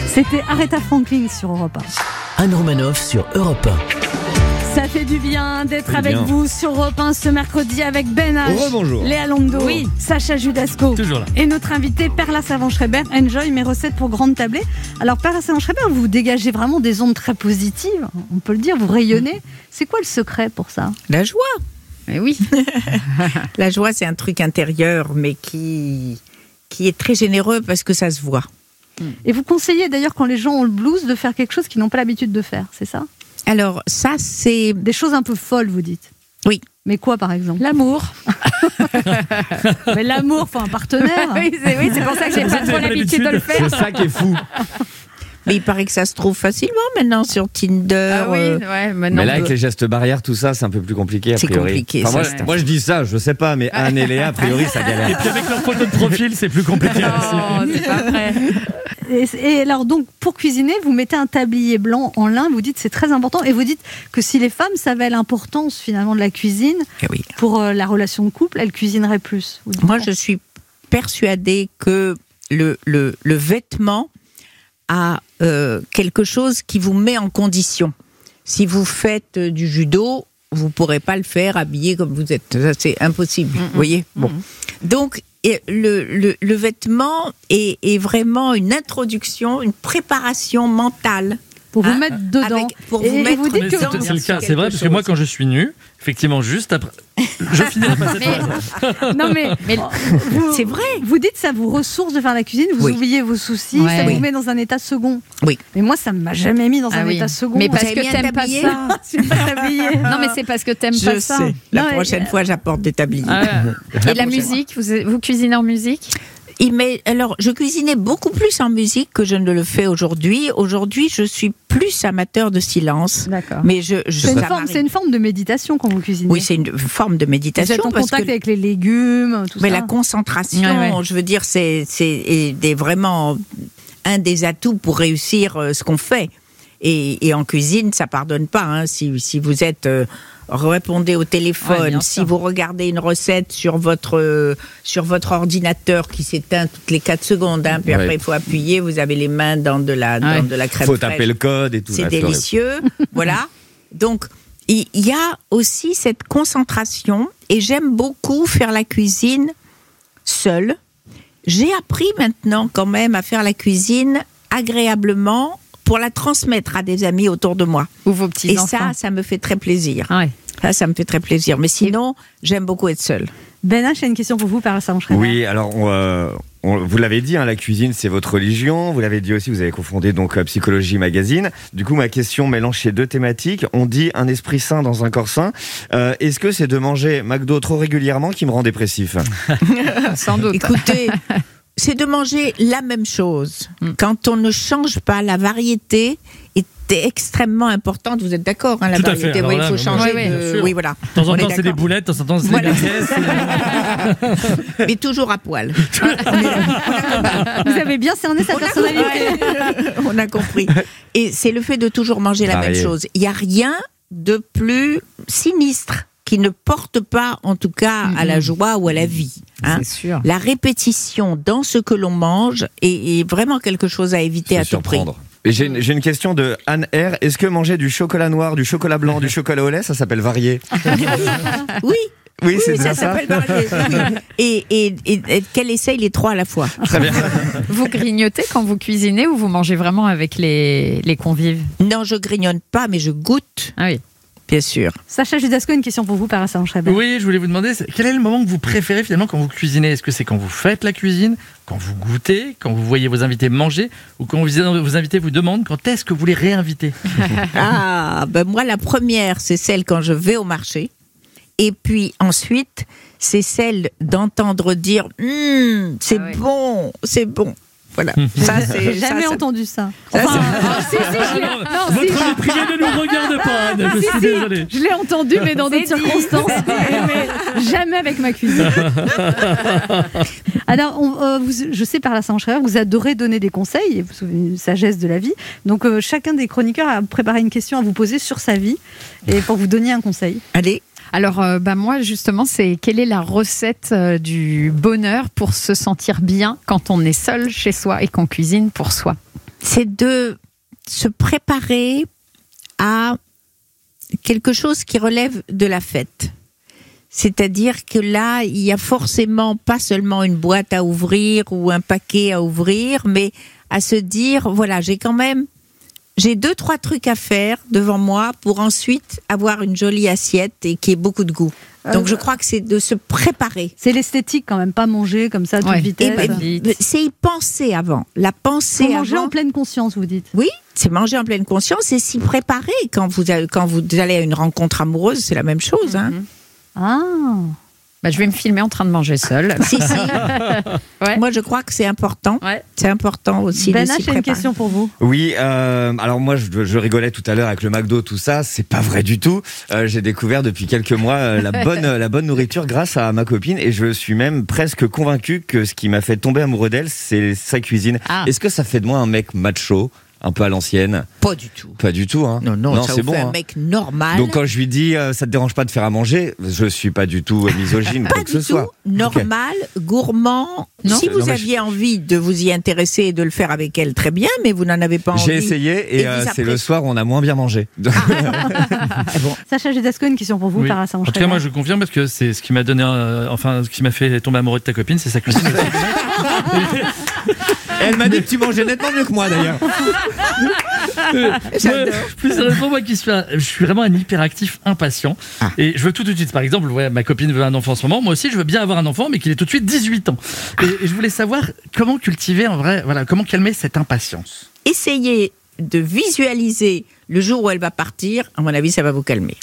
C'était Aretha Franklin sur Europe 1.
Anne Romanoff sur Europe
Ça fait du bien d'être
Très
avec
bien.
vous sur Europe 1 ce mercredi avec Ben H,
Rebonjour.
Léa Londo, Sacha Judasco
Toujours là.
et notre invité Perla Savant-Schreiber. Enjoy mes recettes pour grande tablée. Alors Perla Savant-Schreiber, vous dégagez vraiment des ondes très positives, on peut le dire, vous rayonnez. C'est quoi le secret pour ça
(laughs) La joie.
Mais oui.
(laughs) la joie, c'est un truc intérieur, mais qui, qui est très généreux parce que ça se voit.
Et vous conseillez d'ailleurs quand les gens ont le blues de faire quelque chose qu'ils n'ont pas l'habitude de faire, c'est ça
Alors ça, c'est...
Des choses un peu folles, vous dites
Oui.
Mais quoi par exemple L'amour.
(laughs)
(laughs)
Mais l'amour, faut un partenaire.
oui, c'est oui, c'est pour ça que j'ai pas trop l'habitude de le faire.
fou. Mais il paraît que ça se trouve facilement maintenant sur Tinder.
Ah oui,
euh,
ouais, maintenant.
Mais là,
on
avec
peut-
les gestes barrières, tout ça, c'est un peu plus compliqué. a
C'est
priori.
compliqué,
Enfin,
ça,
moi,
c'est-
moi, je dis ça, je sais pas, mais Anne et Léa, E a priori,
(laughs)
ça galère.
Et puis avec leur photo de profil, c'est plus compliqué.
Et, et alors donc pour cuisiner, vous mettez un tablier blanc en lin. Vous dites c'est très important et vous dites que si les femmes savaient l'importance finalement de la cuisine
Eh
pour euh, la relation de couple, elles cuisineraient plus. Vous dites
Moi,
ça.
je suis persuadée que le, le, le vêtement a euh, quelque chose qui vous met en condition. Si vous faites euh, du judo, vous pourrez pas le faire habillé comme vous êtes. Ça, c'est impossible. vous voyez Bon. Donc, et le, le- le vêtement est, est vraiment une introduction, une préparation mentale.
Pour
vous mettre dedans. pour vous
Et
mettre
vous dites
dedans.
que-
C'est c'est le cas, c'est vrai, parce que moi, quand je suis nu, effectivement, juste après. Je finirai pas cette phrase.
Non mais, c'est vrai. Vous dites ça vous ressource de faire la cuisine, vous
Oui.
oubliez vos soucis,
Ouais.
ça
Oui.
vous met dans un état second.
Oui.
Mais moi ça m'a jamais mis dans
Ah
un
oui.
état second.
Mais
Vous
parce
avez
que
bien
t'aimes pas
habillé (laughs)
ça. Non, mais c'est parce que t'aimes
Je
pas
sais.
ça.
La
Non, mais-
prochaine fois, j'apporte des tabliers.
Ah ouais. Et la musique, vous, vous cuisinez en musique
Il met- alors, je cuisinais beaucoup plus en musique que je ne le fais aujourd'hui. Aujourd'hui, je suis plus amateur de silence. Mais je, je-
C'est une
ça
forme-
m'arrive.
c'est une forme de méditation quand vous cuisinez.
Oui, c'est une forme de
Vous
méditation.
êtes en
parce
contact
que-
avec les légumes, tout
mais
ça.
la concentration,
Ouais, ouais.
je veux dire, c'est c'est- et des- vraiment un des atouts pour réussir euh, ce qu'on fait. Et, et en cuisine, ça pardonne pas. hein. si, si vous êtes euh, répondez au
Ouais,
téléphone,
bien
si vous regardez une recette sur votre euh, sur votre ordinateur qui s'éteint toutes les 4 secondes, hein, puis
Ouais.
après il faut appuyer, vous avez les mains dans de la dans
Ouais.
de la crème
Faut taper
fraîche.
le code et tout,
C'est
la fleur.
délicieux, (laughs) voilà. Donc il il y a aussi cette concentration et j'aime beaucoup faire la cuisine seule. J'ai appris maintenant quand même à faire la cuisine agréablement pour la transmettre à des amis autour de moi.
Ou vos petits
Et
enfants.
ça, ça me fait très plaisir.
Ah
Ça, ça me fait très plaisir. Mais sinon, j'aime beaucoup être seule.
Ben H, j'ai une question pour vous, par ça
Oui, alors on, euh, on- vous l'avez dit, hein, la cuisine c'est votre religion. Vous l'avez dit aussi, vous avez confondé donc euh, psychologie magazine. Du coup, ma question mélange ces deux thématiques. On dit un esprit sain dans un corps sain. Euh, Est-ce que c'est de manger McDo trop régulièrement qui me rend dépressif
(laughs) Sans doute.
Écoutez, c'est de manger la même chose.
Mm.
Quand on ne change pas, la variété est extrêmement importante. Vous êtes d'accord hein, La
Tout à
variété,
fait. Alors
oui,
là,
il faut
non,
changer.
mais-
de-
bien sûr.
oui, voilà.
De temps en
On est
temps, c'est des
d'accord.
boulettes, de temps en temps, c'est des merguez.
Ah. Mais toujours à poil.
Vous avez bien cerné sa personnalité.
On a compris. Et c'est le fait de toujours manger la
Varié.
même chose. Il n'y a rien de plus sinistre qui ne porte pas, en tout cas, à
Mm-hmm.
la joie ou à la vie. hein. La répétition dans ce que l'on mange est, est vraiment quelque chose
(laughs)
à éviter à tout prix.
Et J'ai une, j'ai une question de Anne R. Est-ce que manger du chocolat noir, du chocolat blanc,
(laughs)
du chocolat au lait, ça s'appelle varié
(laughs) Oui.
Oui, c'est déjà
ça
ça.
s'appelle varié.
(laughs)
Oui. Et, et, et- et qu'elle essaye les trois à la fois.
Très bien.
Vous grignotez quand vous cuisinez ou vous mangez vraiment avec les, les convives
Non, je grignonne pas, mais je goûte.
Ah oui.
Bien sûr.
Sacha Judasco, une question pour vous, par ça
Oui, je voulais vous demander, c'est- quel est le moment que vous préférez finalement quand vous cuisinez Est-ce que c'est quand vous faites la cuisine, quand vous goûtez, quand vous voyez vos invités manger, ou quand vous- vos invités vous demandent quand est-ce que vous les réinvitez
(laughs) Ah, ben moi, la première, c'est celle quand je vais au marché. Et puis ensuite, c'est celle d'entendre dire Hum, c'est bon, c'est bon. Voilà.
(laughs)
Ça, c'est.
J'ai jamais
ça, ça-
entendu ça. euh,
ça, c'est- Ah,
si, si, je l'ai- non, si,
Votre
je-
vie privée ne nous regarde pas, Anne, je
Si,
suis
si,
désolé.
Je l'ai entendu, mais dans d'autres circonstances. Mais jamais avec ma cuisine. Alors, on, euh, vous- je sais par la Saint-Chaleur, vous adorez donner des conseils, et vous avez une sagesse de la vie. Donc, euh, chacun des chroniqueurs a préparé une question à vous poser sur sa vie et pour vous donner un conseil.
Allez.
Alors, euh, bah, moi, justement, c'est quelle est la recette euh, du bonheur pour se sentir bien quand on est seul chez soi et qu'on cuisine pour soi
c'est de se préparer à quelque chose qui relève de la fête. C'est-à-dire que là, il y a forcément pas seulement une boîte à ouvrir ou un paquet à ouvrir, mais à se dire, voilà, j'ai quand même, j'ai deux, trois trucs à faire devant moi pour ensuite avoir une jolie assiette et qui ait beaucoup de goût. Donc je crois que c'est de se préparer.
Euh, C'est l'esthétique quand même, pas manger comme ça à toute
Ouais.
vitesse.
Et ben, c'est y penser avant. La pensée
Faut manger
avant.
en pleine conscience, vous dites.
Oui, c'est manger en pleine conscience et s'y préparer quand vous, a- quand vous allez à une rencontre amoureuse, c'est la même chose. hein.
Ah
Mm-hmm. Bah, je vais me filmer en train de manger seule.
(laughs) Si,
(laughs)
si. Moi, je crois que c'est important. C'est important aussi
Ben
de s'y
H a une
préparer.
question pour vous.
Oui, euh, alors moi je, je rigolais tout à l'heure avec le McDo, tout ça, c'est pas vrai du tout. Euh, J'ai découvert depuis quelques mois euh,
(laughs)
la bonne la bonne nourriture grâce à ma copine et je suis même presque convaincu que ce qui m'a fait tomber amoureux d'elle, c'est sa cuisine.
Ah.
Est-ce que ça fait de moi un mec macho, un peu à l'ancienne
Pas du tout.
Pas du tout, hein.
Non, ça
c'est
vous
bon.
fait un
hein.
mec normal.
Donc quand je lui dis euh, ça te dérange pas de faire à manger, je suis pas du tout euh,
(laughs)
misogyne
pas
quoi que
du
ce
tout
soit.
normal, gourmand.
Non.
si
Non,
vous
mais je-
aviez envie de vous y intéresser et de le faire avec elle, très bien, mais vous n'en avez pas
Ok.
envie.
J'ai essayé et,
vous
euh, c'est
appréciez.
le soir où on a moins bien mangé. (laughs)
Sacha Judasco, une question pour vous,
Oui.
Tara Sarah
En tout cas, moi, je confirme parce que c'est ce qui m'a donné, euh, enfin, ce qui m'a fait tomber amoureux de ta copine, c'est sa cuisine.
(laughs) Elle m'a dit que tu mangeais nettement mieux que moi d'ailleurs.
Euh, moi, plus sérieusement, moi qui suis, un- je suis vraiment un hyperactif impatient et je veux tout tout de suite. Par exemple, ouais, ma copine veut un enfant en ce moment, moi aussi je veux bien avoir un enfant, mais qu'il ait tout de suite 18 ans. Et, et je voulais savoir comment cultiver en vrai, voilà, comment calmer cette impatience.
Essayez de visualiser le jour où elle va partir. À mon avis, ça va
(laughs)
vous calmer.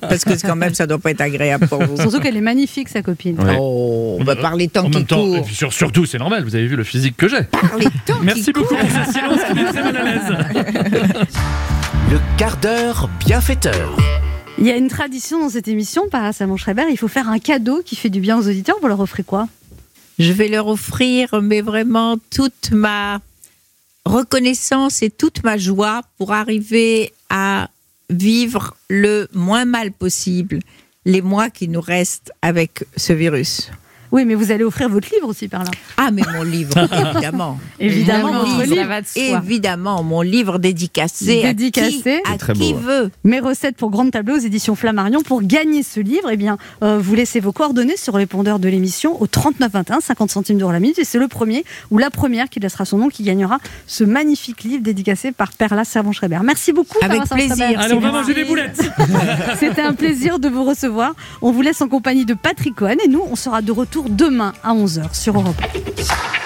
Parce que quand même, ça doit pas être agréable pour vous.
Surtout qu'elle est magnifique, sa copine.
Oh, on va parler tant
En
qu'il
même temps, et
court.
puis sur- surtout, c'est normal. Vous avez vu le physique que j'ai.
Ah Merci
beaucoup pour ce silence qui me mal à
Le quart d'heure bienfaiteur.
Il y a une tradition dans cette émission, par Saman Schreiber, il faut faire un cadeau qui fait du bien aux auditeurs. Vous leur offrez quoi
Je vais leur offrir, mais vraiment, toute ma reconnaissance et toute ma joie pour arriver à vivre le moins mal possible les mois qui nous restent avec ce virus.
Oui, mais vous allez offrir votre livre aussi par là.
Ah,
(laughs)
mais mon livre, évidemment.
Évidemment,
Mon
votre
livre,
livre. Ça va de soi.
évidemment, mon livre dédicacé. à
Dédicacé
qui- à qui
hein.
veut.
Mes recettes pour Grande Tableau aux éditions Flammarion. Pour gagner ce livre, eh bien, euh, vous laissez vos coordonnées sur le répondeur de l'émission au 3921, 50 centimes d'euros la minute. Et c'est le premier ou la première qui laissera son nom qui gagnera ce magnifique livre dédicacé par Perla Servan-Schreiber. Merci beaucoup.
Avec
Perla Servan-Schreiber.
plaisir.
Allez, on va manger des boulettes.
C'était un plaisir de vous recevoir. On vous laisse en compagnie de Patrick Cohen et nous, on sera de retour demain à 11h sur Europe. 1.